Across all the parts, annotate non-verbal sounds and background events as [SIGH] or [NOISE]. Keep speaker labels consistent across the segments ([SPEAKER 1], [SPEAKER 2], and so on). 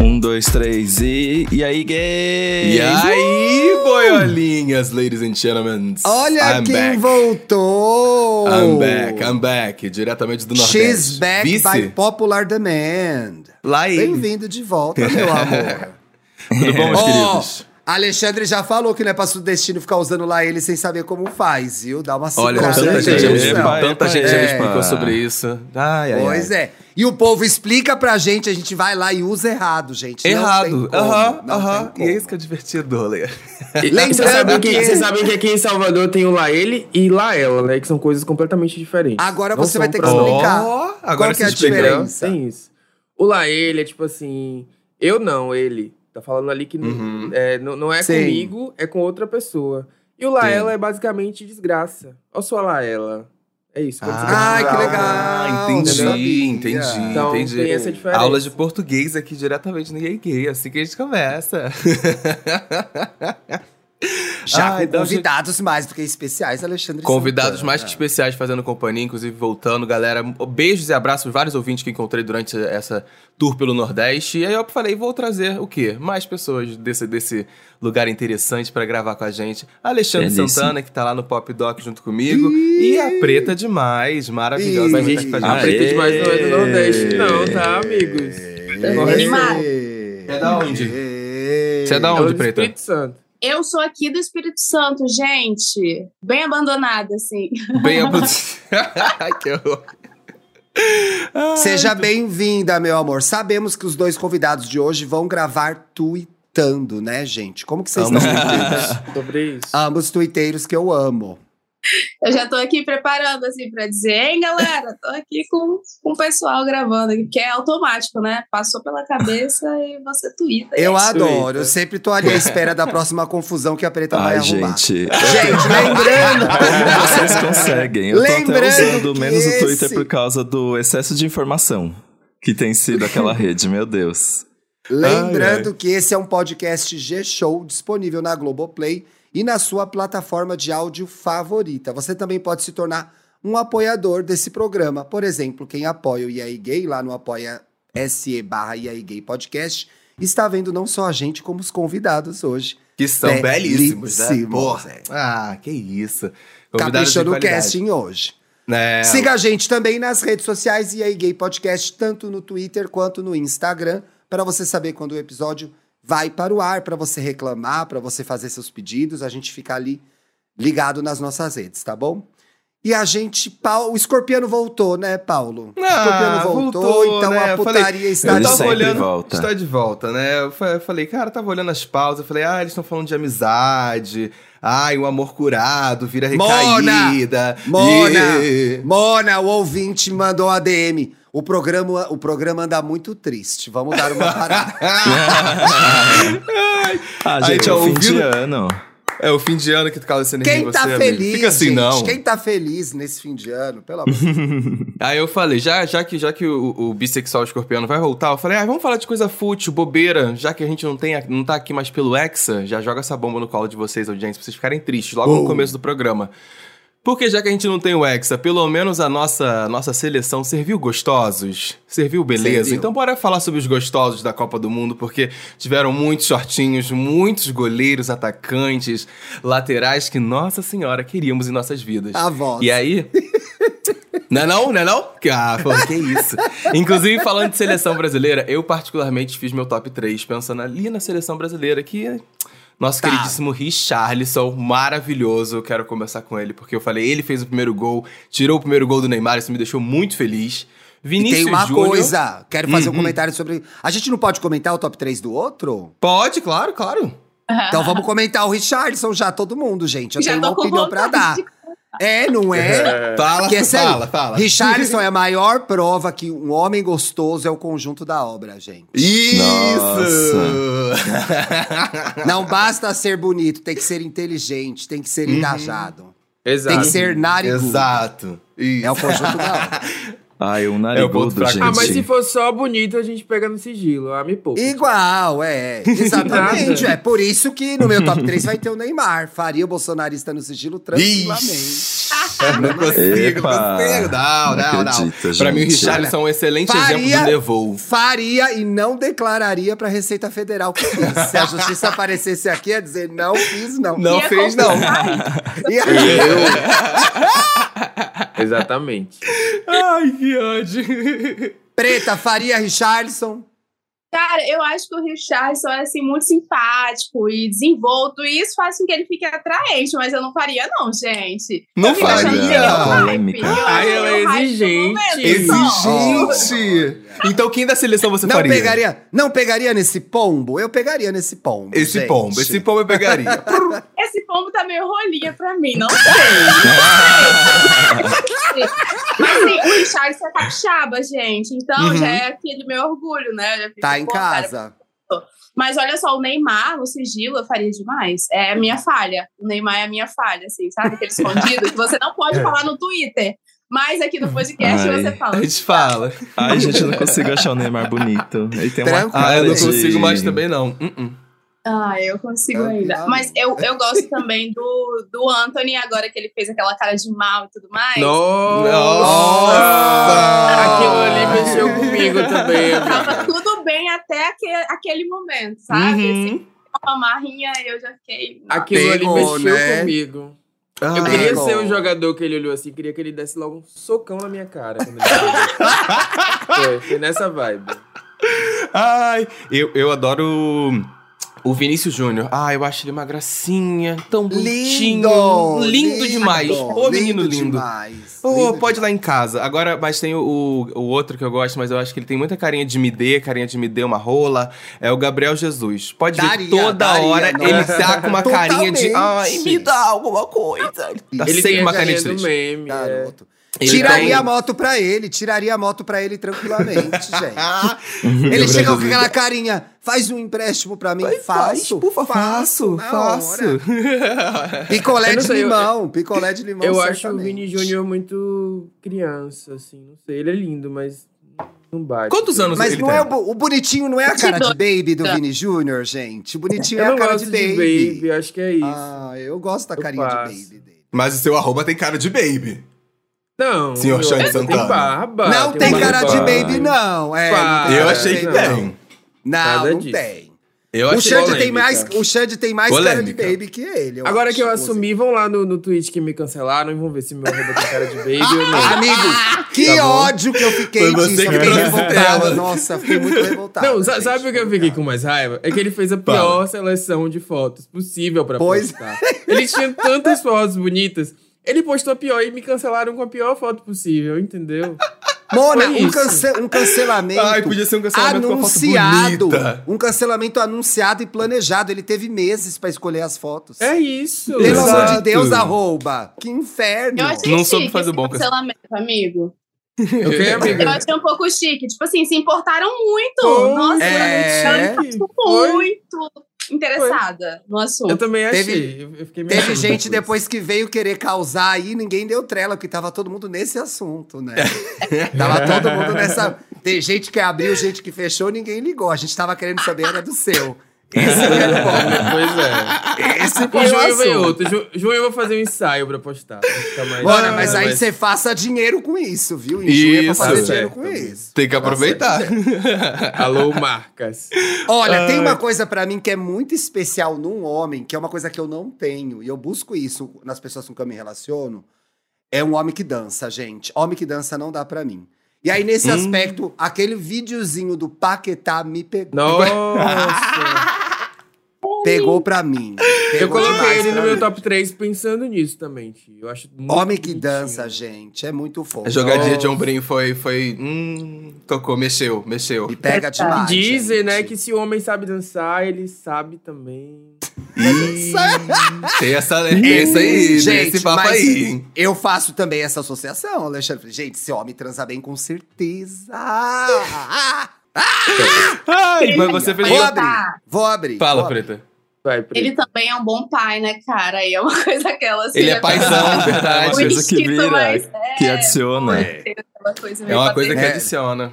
[SPEAKER 1] Um, dois, três e. E aí, gays?
[SPEAKER 2] E aí, boiolinhas, ladies and gentlemen.
[SPEAKER 3] Olha
[SPEAKER 2] I'm
[SPEAKER 3] quem
[SPEAKER 2] back.
[SPEAKER 3] voltou!
[SPEAKER 2] I'm back, I'm back, diretamente do Nordeste.
[SPEAKER 3] She's back
[SPEAKER 2] Vice?
[SPEAKER 3] by popular demand.
[SPEAKER 2] Laís.
[SPEAKER 3] Bem-vindo de volta,
[SPEAKER 2] [LAUGHS]
[SPEAKER 3] meu amor.
[SPEAKER 2] [LAUGHS] Tudo bom, meus
[SPEAKER 3] Ó,
[SPEAKER 2] queridos?
[SPEAKER 3] Alexandre já falou que não é pra destino ficar usando lá ele sem saber como faz, viu? Dá uma
[SPEAKER 2] Olha,
[SPEAKER 1] com
[SPEAKER 2] tanta
[SPEAKER 3] segurada na
[SPEAKER 1] certeza.
[SPEAKER 2] gente já me
[SPEAKER 3] introdução.
[SPEAKER 2] explicou,
[SPEAKER 1] Epa,
[SPEAKER 2] tanta
[SPEAKER 1] epa,
[SPEAKER 2] gente já me
[SPEAKER 3] é.
[SPEAKER 2] explicou sobre isso. Ai, ai,
[SPEAKER 3] Pois
[SPEAKER 2] ai.
[SPEAKER 3] é. E o povo explica pra gente, a gente vai lá e usa errado, gente.
[SPEAKER 2] Errado. Aham, aham. E é isso
[SPEAKER 3] isso
[SPEAKER 2] que é divertido do rolê.
[SPEAKER 3] Lembrando
[SPEAKER 4] Vocês sabem que,
[SPEAKER 3] que-
[SPEAKER 4] vocês sabem que aqui em Salvador tem o lá ele e lá ela, né? Que são coisas completamente diferentes.
[SPEAKER 3] Agora
[SPEAKER 4] Não
[SPEAKER 3] você vai
[SPEAKER 4] são
[SPEAKER 3] ter que
[SPEAKER 4] pra- né?
[SPEAKER 2] Ó,
[SPEAKER 3] explicar.
[SPEAKER 2] agora
[SPEAKER 3] Qual que
[SPEAKER 2] você
[SPEAKER 3] é a
[SPEAKER 2] explica.
[SPEAKER 3] diferença?
[SPEAKER 4] Tem isso. O lá ele é tipo assim, eu não, ele. Tá falando ali que
[SPEAKER 2] Uhum.
[SPEAKER 4] é, não, não é
[SPEAKER 3] Sim.
[SPEAKER 4] comigo, é com outra pessoa. E o lá
[SPEAKER 2] Sim.
[SPEAKER 4] ela é basicamente desgraça. Olha só lá ela. É isso. quando você
[SPEAKER 3] Ah,
[SPEAKER 4] quer
[SPEAKER 3] que
[SPEAKER 4] desgraça.
[SPEAKER 3] legal.
[SPEAKER 2] Ah,
[SPEAKER 3] não
[SPEAKER 2] Entendi,
[SPEAKER 3] sabia.
[SPEAKER 2] entendi,
[SPEAKER 4] Então
[SPEAKER 2] entendi.
[SPEAKER 4] tem essa diferença.
[SPEAKER 2] Aula de português aqui diretamente no Gay Gay, assim que a gente
[SPEAKER 3] [LAUGHS]
[SPEAKER 2] começa.
[SPEAKER 3] Já
[SPEAKER 2] Ah,
[SPEAKER 3] com
[SPEAKER 2] então a gente-
[SPEAKER 3] convidados mais do que especiais, Alexandre.
[SPEAKER 2] Convidados
[SPEAKER 3] Santana.
[SPEAKER 2] mais que especiais fazendo companhia, inclusive voltando, galera. Beijos e abraços, vários ouvintes que encontrei durante essa tour pelo Nordeste. E aí eu falei, vou trazer o quê? Mais pessoas desse, desse lugar interessante pra gravar com a gente. Alexandre
[SPEAKER 1] Belíssimo.
[SPEAKER 2] Santana, que tá lá no Pop Doc junto comigo. E a Preta Demais, maravilhosa.
[SPEAKER 3] Ih.
[SPEAKER 2] vai estar aqui com
[SPEAKER 4] A
[SPEAKER 1] Aê.
[SPEAKER 4] preta demais não é do Nordeste, não, tá, amigos?
[SPEAKER 5] Animado.
[SPEAKER 2] É da onde?
[SPEAKER 3] É.
[SPEAKER 2] Você é da
[SPEAKER 4] Ela é
[SPEAKER 2] onde,
[SPEAKER 4] do
[SPEAKER 2] Preta?
[SPEAKER 4] Espírito Santo.
[SPEAKER 5] Eu sou aqui do Espírito Santo, gente. Bem abandonada, assim.
[SPEAKER 2] Bem [LAUGHS] a... que horror.
[SPEAKER 3] Seja bem-vinda, meu amor. Sabemos que os dois convidados de hoje vão gravar tweetando, né, gente? Como que vocês
[SPEAKER 2] Amo.
[SPEAKER 3] estão tweeteiros?
[SPEAKER 4] Sobre
[SPEAKER 2] Ah,
[SPEAKER 4] isso.
[SPEAKER 3] Ambos tuiteiros que eu amo.
[SPEAKER 5] Eu já tô aqui preparando, assim, pra dizer, hein, galera, tô aqui com, com o pessoal gravando, aqui", que é automático, né? Passou pela cabeça e você tuita.
[SPEAKER 3] Eu
[SPEAKER 5] acho.
[SPEAKER 3] adoro, eu sempre tô ali à espera da próxima confusão que a Preta
[SPEAKER 1] Ai,
[SPEAKER 3] vai arrumar.
[SPEAKER 1] gente. [LAUGHS]
[SPEAKER 3] Gente, lembrando...
[SPEAKER 1] Vocês conseguem. Eu tô até
[SPEAKER 3] Lembrando
[SPEAKER 1] usando
[SPEAKER 3] que
[SPEAKER 1] menos o Twitter
[SPEAKER 3] esse-
[SPEAKER 1] por causa do excesso de informação que tem sido aquela rede, meu Deus.
[SPEAKER 3] Lembrando que esse é um podcast G-Show disponível na Globoplay e na sua plataforma de áudio favorita. Você também pode se tornar um apoiador desse programa. Por exemplo, quem apoia o IAI Gay lá no apoia.se barra IAI Gay Podcast está vendo não só a gente, como os convidados hoje.
[SPEAKER 2] Que são belíssimos, né?
[SPEAKER 3] Belíssimos,
[SPEAKER 2] Porra.
[SPEAKER 3] é.
[SPEAKER 2] Ah, que isso. Convidados de
[SPEAKER 3] Caprichando o
[SPEAKER 2] qualidade.
[SPEAKER 3] casting hoje.
[SPEAKER 2] É,
[SPEAKER 3] Siga a gente também nas redes sociais e aí Gay Podcast, tanto no Twitter quanto no Instagram, para você saber quando o episódio vai para o ar, para você reclamar, para você fazer seus pedidos, a gente fica ali ligado nas nossas redes, tá bom? E a gente, Paulo, o escorpiano voltou, né, Paulo? O
[SPEAKER 2] Ah,
[SPEAKER 3] escorpiano voltou,
[SPEAKER 2] voltou,
[SPEAKER 3] então
[SPEAKER 2] né?
[SPEAKER 3] a
[SPEAKER 2] Eu
[SPEAKER 3] putaria
[SPEAKER 2] falei,
[SPEAKER 3] está
[SPEAKER 1] eu
[SPEAKER 3] de
[SPEAKER 1] tava
[SPEAKER 3] volta.
[SPEAKER 1] sempre volta.
[SPEAKER 2] Está de volta, né? Eu fa- falei, cara, eu tava olhando as pausas, eu falei, ah, eles estão falando de amizade, ai, o amor curado vira
[SPEAKER 3] Mona!
[SPEAKER 2] recaída.
[SPEAKER 3] Mona!
[SPEAKER 2] Ih.
[SPEAKER 3] Mona, o ouvinte mandou a DM. O programa, o programa anda muito triste. Vamos
[SPEAKER 2] [LAUGHS]
[SPEAKER 3] dar uma parada.
[SPEAKER 1] Ah,
[SPEAKER 2] Aí,
[SPEAKER 1] gente, é
[SPEAKER 2] já
[SPEAKER 1] o fim
[SPEAKER 2] ouviu?
[SPEAKER 1] de ano.
[SPEAKER 2] É o fim de ano que tu causa essa energia em
[SPEAKER 3] Quem tá
[SPEAKER 2] você, amigo.
[SPEAKER 3] feliz,
[SPEAKER 2] Fica assim,
[SPEAKER 3] gente,
[SPEAKER 2] não.
[SPEAKER 3] quem tá feliz nesse fim de ano, pelo amor de Deus.
[SPEAKER 2] Aí eu falei, já, já que, já que o, o bissexual escorpiano vai voltar, eu falei, ah, vamos falar de coisa fútil, bobeira, já que a gente não, tem, a- não tá aqui mais pelo Hexa, já joga essa bomba no colo de vocês, audiência, pra vocês ficarem tristes logo no
[SPEAKER 3] Boa.
[SPEAKER 2] começo do programa. Porque já que a gente não tem o Hexa, pelo menos a nossa, nossa seleção serviu gostosos, serviu beleza.
[SPEAKER 3] Serviu.
[SPEAKER 2] Então bora falar sobre os gostosos da Copa do Mundo, porque tiveram muitos shortinhos, muitos goleiros, atacantes, laterais que, nossa senhora, queríamos em nossas vidas.
[SPEAKER 3] tá
[SPEAKER 2] [LAUGHS]
[SPEAKER 3] A voz.
[SPEAKER 2] E
[SPEAKER 3] [LAUGHS]
[SPEAKER 2] aí? Não é não? Não é não? Ah, pô, que isso. Inclusive, falando de seleção brasileira, eu particularmente fiz meu top 3 pensando ali na seleção brasileira, que nosso
[SPEAKER 3] Tá.
[SPEAKER 2] queridíssimo Richarlison, maravilhoso. Eu quero começar com ele, porque eu falei, ele fez o primeiro gol, tirou o primeiro gol do Neymar, isso me deixou muito feliz.
[SPEAKER 3] E
[SPEAKER 2] Vinícius
[SPEAKER 3] tem uma
[SPEAKER 2] Júnior-
[SPEAKER 3] coisa, quero fazer
[SPEAKER 2] Uhum.
[SPEAKER 3] um comentário sobre. A gente não pode comentar o top 3 do outro?
[SPEAKER 2] Pode, claro, claro. [LAUGHS]
[SPEAKER 3] Então vamos comentar o Richardson já, todo mundo, gente. Eu
[SPEAKER 5] Já
[SPEAKER 3] tenho uma
[SPEAKER 5] tô com
[SPEAKER 3] opinião pra dar.
[SPEAKER 5] vontade de-
[SPEAKER 3] É,
[SPEAKER 2] [LAUGHS]
[SPEAKER 3] não é?
[SPEAKER 2] Fala,
[SPEAKER 3] Que é sério.
[SPEAKER 2] fala, fala. [LAUGHS]
[SPEAKER 3] Richardson é a maior prova que um homem gostoso é o conjunto da obra, gente.
[SPEAKER 2] Isso! [LAUGHS]
[SPEAKER 3] Não basta ser bonito, tem que ser inteligente, tem que
[SPEAKER 2] Uhum.
[SPEAKER 3] ser engajado.
[SPEAKER 4] Exato.
[SPEAKER 3] Tem que ser narigudo.
[SPEAKER 2] Exato. Isso.
[SPEAKER 3] É o conjunto da obra.
[SPEAKER 1] Ai, um
[SPEAKER 2] o ponto
[SPEAKER 1] narigudo,
[SPEAKER 2] fraco.
[SPEAKER 1] gente.
[SPEAKER 2] Ah,
[SPEAKER 4] Ah, mas se for só bonito, a gente pega no sigilo. Ah, me poupa.
[SPEAKER 2] [LAUGHS]
[SPEAKER 3] Igual, é. Exatamente. é por isso que no meu top 3 vai ter o Neymar. Faria o bolsonarista no sigilo tranquilamente.
[SPEAKER 2] Não consigo,
[SPEAKER 1] Epa.
[SPEAKER 2] não consigo. Não,
[SPEAKER 1] Não
[SPEAKER 2] não, não.
[SPEAKER 1] acredito,
[SPEAKER 2] Pra mim,
[SPEAKER 1] gente.
[SPEAKER 2] o Richarlison é um excelente
[SPEAKER 3] Faria-
[SPEAKER 2] exemplo do Nevou.
[SPEAKER 3] Faria e não declararia pra Receita Federal que fiz. Se a justiça aparecesse aqui, ia dizer não fiz, não.
[SPEAKER 2] Não
[SPEAKER 5] Ia
[SPEAKER 2] fez, não.
[SPEAKER 5] confirmar.
[SPEAKER 3] E aí,
[SPEAKER 2] [LAUGHS]
[SPEAKER 4] Eu. Exatamente.
[SPEAKER 2] Ai, que ódio.
[SPEAKER 3] Preta, faria Richardson.
[SPEAKER 5] Cara, eu acho que o Richardson é assim, muito simpático e desenvolto, e isso faz com que ele fique atraente, mas eu não faria, não, gente.
[SPEAKER 2] Não
[SPEAKER 5] eu fico achando
[SPEAKER 2] faria.
[SPEAKER 5] que ele é um
[SPEAKER 1] Polêmica.
[SPEAKER 5] hype. Eu
[SPEAKER 4] Ai,
[SPEAKER 5] acho
[SPEAKER 4] ela
[SPEAKER 5] ele
[SPEAKER 4] é
[SPEAKER 5] um hype do
[SPEAKER 4] exigente.
[SPEAKER 5] momento só.
[SPEAKER 2] Exigente. Então, quem da seleção você
[SPEAKER 3] Não
[SPEAKER 2] faria?
[SPEAKER 3] pegaria, não pegaria nesse pombo? Eu pegaria nesse pombo.
[SPEAKER 2] Esse
[SPEAKER 3] gente.
[SPEAKER 2] pombo. Esse pombo eu pegaria.
[SPEAKER 5] Esse pombo tá meio rolinha pra mim, não
[SPEAKER 3] [LAUGHS]
[SPEAKER 5] sei. Mas assim, o Richardson é capixaba, gente. Então
[SPEAKER 3] Uhum.
[SPEAKER 5] já é aquele meu orgulho, né? Eu já fico,
[SPEAKER 3] Tá em
[SPEAKER 5] pô, cara,
[SPEAKER 3] casa.
[SPEAKER 5] Mas olha só, o Neymar no sigilo eu faria demais. É a minha falha. O Neymar é a minha falha, assim,
[SPEAKER 3] [LAUGHS]
[SPEAKER 5] sabe? Aquele escondido que você não pode falar no Twitter. Mas aqui no podcast
[SPEAKER 1] Ai.
[SPEAKER 5] você fala.
[SPEAKER 2] A gente fala.
[SPEAKER 1] Ai, gente, eu não consigo achar o Neymar bonito. Ele tem uma
[SPEAKER 3] Tranquilo.
[SPEAKER 1] cara
[SPEAKER 2] Ah, eu não
[SPEAKER 1] de-
[SPEAKER 2] consigo mais também, não. Uh-uh.
[SPEAKER 5] Ah, eu consigo
[SPEAKER 3] Eu
[SPEAKER 5] ainda.
[SPEAKER 3] não.
[SPEAKER 5] Mas eu, eu gosto também do, do Anthony, agora que ele fez aquela cara de mal e tudo mais.
[SPEAKER 4] Nossa! Aquilo ali mexeu comigo também, amiga.
[SPEAKER 5] Tava tudo bem até aque- aquele momento, sabe?
[SPEAKER 2] Uhum.
[SPEAKER 5] Assim, uma marrinha eu já fiquei.
[SPEAKER 4] Aquilo ali
[SPEAKER 3] Pegou,
[SPEAKER 4] mexeu
[SPEAKER 3] né?
[SPEAKER 4] comigo.
[SPEAKER 2] Ah,
[SPEAKER 4] Eu queria
[SPEAKER 3] Pegou.
[SPEAKER 4] ser o jogador que ele olhou assim, queria que ele desse logo um socão na minha cara. quando ele olhou.
[SPEAKER 3] [LAUGHS]
[SPEAKER 4] foi, foi nessa vibe.
[SPEAKER 2] Ai, eu, eu adoro o- o Vinícius Júnior. Ah, eu acho ele uma gracinha, tão bonitinho.
[SPEAKER 3] Lindo!
[SPEAKER 2] Lindo, demais. Ô, menino lindo.
[SPEAKER 3] demais,
[SPEAKER 2] Ô,
[SPEAKER 3] lindo
[SPEAKER 2] pode ir lá em casa. Agora, mas tem o, o outro que eu gosto, mas eu acho que ele tem muita carinha de me dê, carinha de me dê uma rola. É o Gabriel Jesus. Pode
[SPEAKER 3] Daria,
[SPEAKER 2] ver, toda
[SPEAKER 3] daria,
[SPEAKER 2] hora
[SPEAKER 3] não.
[SPEAKER 2] ele tá com uma carinha de.
[SPEAKER 3] Totalmente.
[SPEAKER 2] Ai, me dá alguma coisa. Ele tá
[SPEAKER 4] ele
[SPEAKER 2] sempre
[SPEAKER 4] tem
[SPEAKER 2] com
[SPEAKER 4] a
[SPEAKER 2] uma carinha
[SPEAKER 4] carinha
[SPEAKER 2] de
[SPEAKER 4] do
[SPEAKER 2] triste.
[SPEAKER 4] meme. é.
[SPEAKER 3] Garoto.
[SPEAKER 2] Ele
[SPEAKER 3] tiraria
[SPEAKER 2] tem-
[SPEAKER 3] a moto pra ele, tiraria a moto pra
[SPEAKER 2] [LAUGHS]
[SPEAKER 3] ele tranquilamente, gente.
[SPEAKER 2] Ah,
[SPEAKER 3] Ele
[SPEAKER 2] Gabriel
[SPEAKER 3] chega com
[SPEAKER 2] Jesus.
[SPEAKER 3] aquela carinha, faz um empréstimo pra mim, faço.
[SPEAKER 2] Ufa, faço,
[SPEAKER 3] na
[SPEAKER 2] faço.
[SPEAKER 3] hora. Picolé
[SPEAKER 2] [LAUGHS]
[SPEAKER 4] Eu não
[SPEAKER 3] de
[SPEAKER 4] sei, eu-
[SPEAKER 3] limão, picolé de limão
[SPEAKER 4] Eu acho o
[SPEAKER 3] certamente.
[SPEAKER 4] Vini Júnior muito criança, assim, não sei. Ele é lindo, mas não bate. assim.
[SPEAKER 2] Quantos anos
[SPEAKER 3] Mas
[SPEAKER 2] ele
[SPEAKER 3] não
[SPEAKER 2] tem?
[SPEAKER 3] é o, bo- o bonitinho não é a cara de baby do
[SPEAKER 5] Tá.
[SPEAKER 3] Vini Júnior, gente. O bonitinho
[SPEAKER 4] Eu
[SPEAKER 3] é
[SPEAKER 4] não
[SPEAKER 3] a cara de
[SPEAKER 4] gosto de
[SPEAKER 3] baby.
[SPEAKER 4] baby. acho que é isso.
[SPEAKER 3] Ah, eu gosto da
[SPEAKER 4] Eu
[SPEAKER 3] carinha
[SPEAKER 4] passo.
[SPEAKER 3] de baby dele.
[SPEAKER 2] Mas o seu arroba tem cara de baby.
[SPEAKER 4] Não.
[SPEAKER 2] Senhor
[SPEAKER 4] eu-
[SPEAKER 2] Charles
[SPEAKER 4] tem
[SPEAKER 2] Santana.
[SPEAKER 4] barba,
[SPEAKER 3] não tem
[SPEAKER 4] uma
[SPEAKER 3] cara de
[SPEAKER 4] barba.
[SPEAKER 3] baby, não. É, não
[SPEAKER 4] Para.
[SPEAKER 3] tem
[SPEAKER 2] eu
[SPEAKER 3] cara
[SPEAKER 2] achei
[SPEAKER 3] de
[SPEAKER 2] que
[SPEAKER 3] baby, não.
[SPEAKER 2] tem.
[SPEAKER 3] Não,
[SPEAKER 4] Nada
[SPEAKER 3] não
[SPEAKER 4] disso.
[SPEAKER 3] tem.
[SPEAKER 2] Eu
[SPEAKER 3] O
[SPEAKER 2] achei
[SPEAKER 3] Xande tem
[SPEAKER 2] polêmica.
[SPEAKER 3] mais, o Xande tem mais cara de
[SPEAKER 2] Polêmica.
[SPEAKER 3] baby que ele. eu
[SPEAKER 4] Agora
[SPEAKER 3] acho,
[SPEAKER 4] que eu
[SPEAKER 3] inclusive.
[SPEAKER 4] assumi, vão lá no, no tweet que me cancelaram e vão ver se meu arroba tem cara de
[SPEAKER 3] [LAUGHS]
[SPEAKER 4] baby ou não.
[SPEAKER 3] Ah, Amigo, que
[SPEAKER 4] Tá bom.
[SPEAKER 3] ódio que eu fiquei
[SPEAKER 2] Foi você
[SPEAKER 3] disso. Eu
[SPEAKER 2] que
[SPEAKER 3] fiquei
[SPEAKER 2] trouxe
[SPEAKER 3] revoltada.
[SPEAKER 4] [LAUGHS]
[SPEAKER 2] ela.
[SPEAKER 3] Nossa, fiquei muito revoltada.
[SPEAKER 4] Não, sa-
[SPEAKER 3] Tá, gente.
[SPEAKER 4] sabe o que eu fiquei com mais raiva? É que ele fez a
[SPEAKER 2] Fala.
[SPEAKER 4] pior seleção de fotos possível pra
[SPEAKER 3] Pois.
[SPEAKER 4] postar. Ele tinha tantas fotos bonitas. Ele postou a pior e me cancelaram com a pior foto possível, entendeu?
[SPEAKER 3] Mona,
[SPEAKER 4] Foi
[SPEAKER 3] um,
[SPEAKER 4] isso.
[SPEAKER 3] cance- um cancelamento.
[SPEAKER 2] Ai, podia ser um cancelamento
[SPEAKER 3] anunciado.
[SPEAKER 2] com uma foto bonita.
[SPEAKER 3] Um cancelamento anunciado e planejado. Ele teve meses pra escolher as fotos.
[SPEAKER 4] É isso.
[SPEAKER 3] Pelo amor de
[SPEAKER 2] Exato.
[SPEAKER 3] Deus, arroba. Que inferno.
[SPEAKER 5] Eu achei
[SPEAKER 2] Não
[SPEAKER 5] chique
[SPEAKER 2] soube fazer
[SPEAKER 5] esse
[SPEAKER 2] bom com essa-
[SPEAKER 5] cancelamento, amigo.
[SPEAKER 4] Eu tenho
[SPEAKER 5] Eu
[SPEAKER 4] amiga.
[SPEAKER 5] achei um pouco chique. Tipo assim, se importaram muito.
[SPEAKER 4] Foi.
[SPEAKER 5] Nossa,
[SPEAKER 3] É.
[SPEAKER 5] eu fico
[SPEAKER 4] Foi.
[SPEAKER 5] muito interessada no
[SPEAKER 4] Eu
[SPEAKER 5] assunto.
[SPEAKER 4] também achei.
[SPEAKER 3] Teve-
[SPEAKER 4] eu eu fiquei meio
[SPEAKER 3] Teve
[SPEAKER 4] achando
[SPEAKER 3] gente depois que veio querer causar aí, ninguém deu trela, porque tava todo mundo nesse assunto, né? tava todo mundo nessa. Tem gente que abriu, gente que fechou, ninguém ligou. A gente tava querendo saber, era do seu. Esse que era o [LAUGHS] bom.
[SPEAKER 4] é.
[SPEAKER 3] né?
[SPEAKER 4] Pois
[SPEAKER 3] Esse
[SPEAKER 4] é. E [LAUGHS]
[SPEAKER 3] foi o
[SPEAKER 4] junho vem
[SPEAKER 3] assunto.
[SPEAKER 4] outro. Ju- Junho eu vou fazer um ensaio pra postar. pra ficar mais-
[SPEAKER 3] Bora, mas
[SPEAKER 4] Ah,
[SPEAKER 3] aí
[SPEAKER 4] mas-
[SPEAKER 3] você faça dinheiro com isso, viu? Em junho é pra
[SPEAKER 2] Isso.
[SPEAKER 3] fazer
[SPEAKER 4] Tá
[SPEAKER 3] dinheiro
[SPEAKER 4] certo,
[SPEAKER 3] com
[SPEAKER 4] amigo.
[SPEAKER 3] isso.
[SPEAKER 2] Tem que
[SPEAKER 3] [LAUGHS]
[SPEAKER 2] aproveitar.
[SPEAKER 4] Alô, marcas.
[SPEAKER 3] Olha, tem uma coisa pra mim que é muito especial num homem, que é uma coisa que eu não tenho, e eu busco isso nas pessoas com quem eu me relaciono, é um homem que dança, gente. Homem que dança não dá pra mim. E aí, nesse
[SPEAKER 4] Hum.
[SPEAKER 3] aspecto, aquele videozinho do Paquetá me pegou.
[SPEAKER 4] Nossa.
[SPEAKER 3] Pegou pra mim.
[SPEAKER 4] Eu
[SPEAKER 3] Pegou
[SPEAKER 4] coloquei
[SPEAKER 3] demais
[SPEAKER 4] ele
[SPEAKER 3] pra
[SPEAKER 4] no meu
[SPEAKER 3] mim.
[SPEAKER 4] top 3 pensando nisso também, tio. Eu acho muito
[SPEAKER 3] Homem que
[SPEAKER 4] bonitinho.
[SPEAKER 3] dança, gente, é muito fofo.
[SPEAKER 2] A jogadinha de
[SPEAKER 4] Nossa.
[SPEAKER 2] ombrinho foi, foi. Hum, tocou, mexeu, mexeu.
[SPEAKER 3] Me pega demais.
[SPEAKER 4] [LAUGHS] Dizem,
[SPEAKER 3] gente.
[SPEAKER 4] né, que se o homem sabe dançar, ele sabe também.
[SPEAKER 2] Tem essa, essa aí, gente,
[SPEAKER 3] Gente,
[SPEAKER 2] esse papo
[SPEAKER 3] mas
[SPEAKER 2] aí. hein?
[SPEAKER 3] eu faço também essa associação, Alexandre. Falei, Gente, esse homem transar bem com certeza. Ah, ah,
[SPEAKER 2] Ai, mas você fez.
[SPEAKER 3] vou
[SPEAKER 5] Mas-
[SPEAKER 3] abrir, vou abrir.
[SPEAKER 2] Fala,
[SPEAKER 3] vou abrir.
[SPEAKER 2] Preta.
[SPEAKER 4] Vai, Pri.
[SPEAKER 5] Ele também é um bom pai, né, cara? E é uma [LAUGHS] coisa aquela assim.
[SPEAKER 2] Ele é
[SPEAKER 5] né?
[SPEAKER 2] paizão,
[SPEAKER 1] É uma
[SPEAKER 2] verdade.
[SPEAKER 5] Ui.
[SPEAKER 1] coisa que
[SPEAKER 5] Bonito,
[SPEAKER 1] vira,
[SPEAKER 5] mas
[SPEAKER 1] que adiciona.
[SPEAKER 5] Certeza, é, Uma coisa
[SPEAKER 2] É
[SPEAKER 5] meio
[SPEAKER 2] uma coisa que
[SPEAKER 3] É.
[SPEAKER 2] adiciona.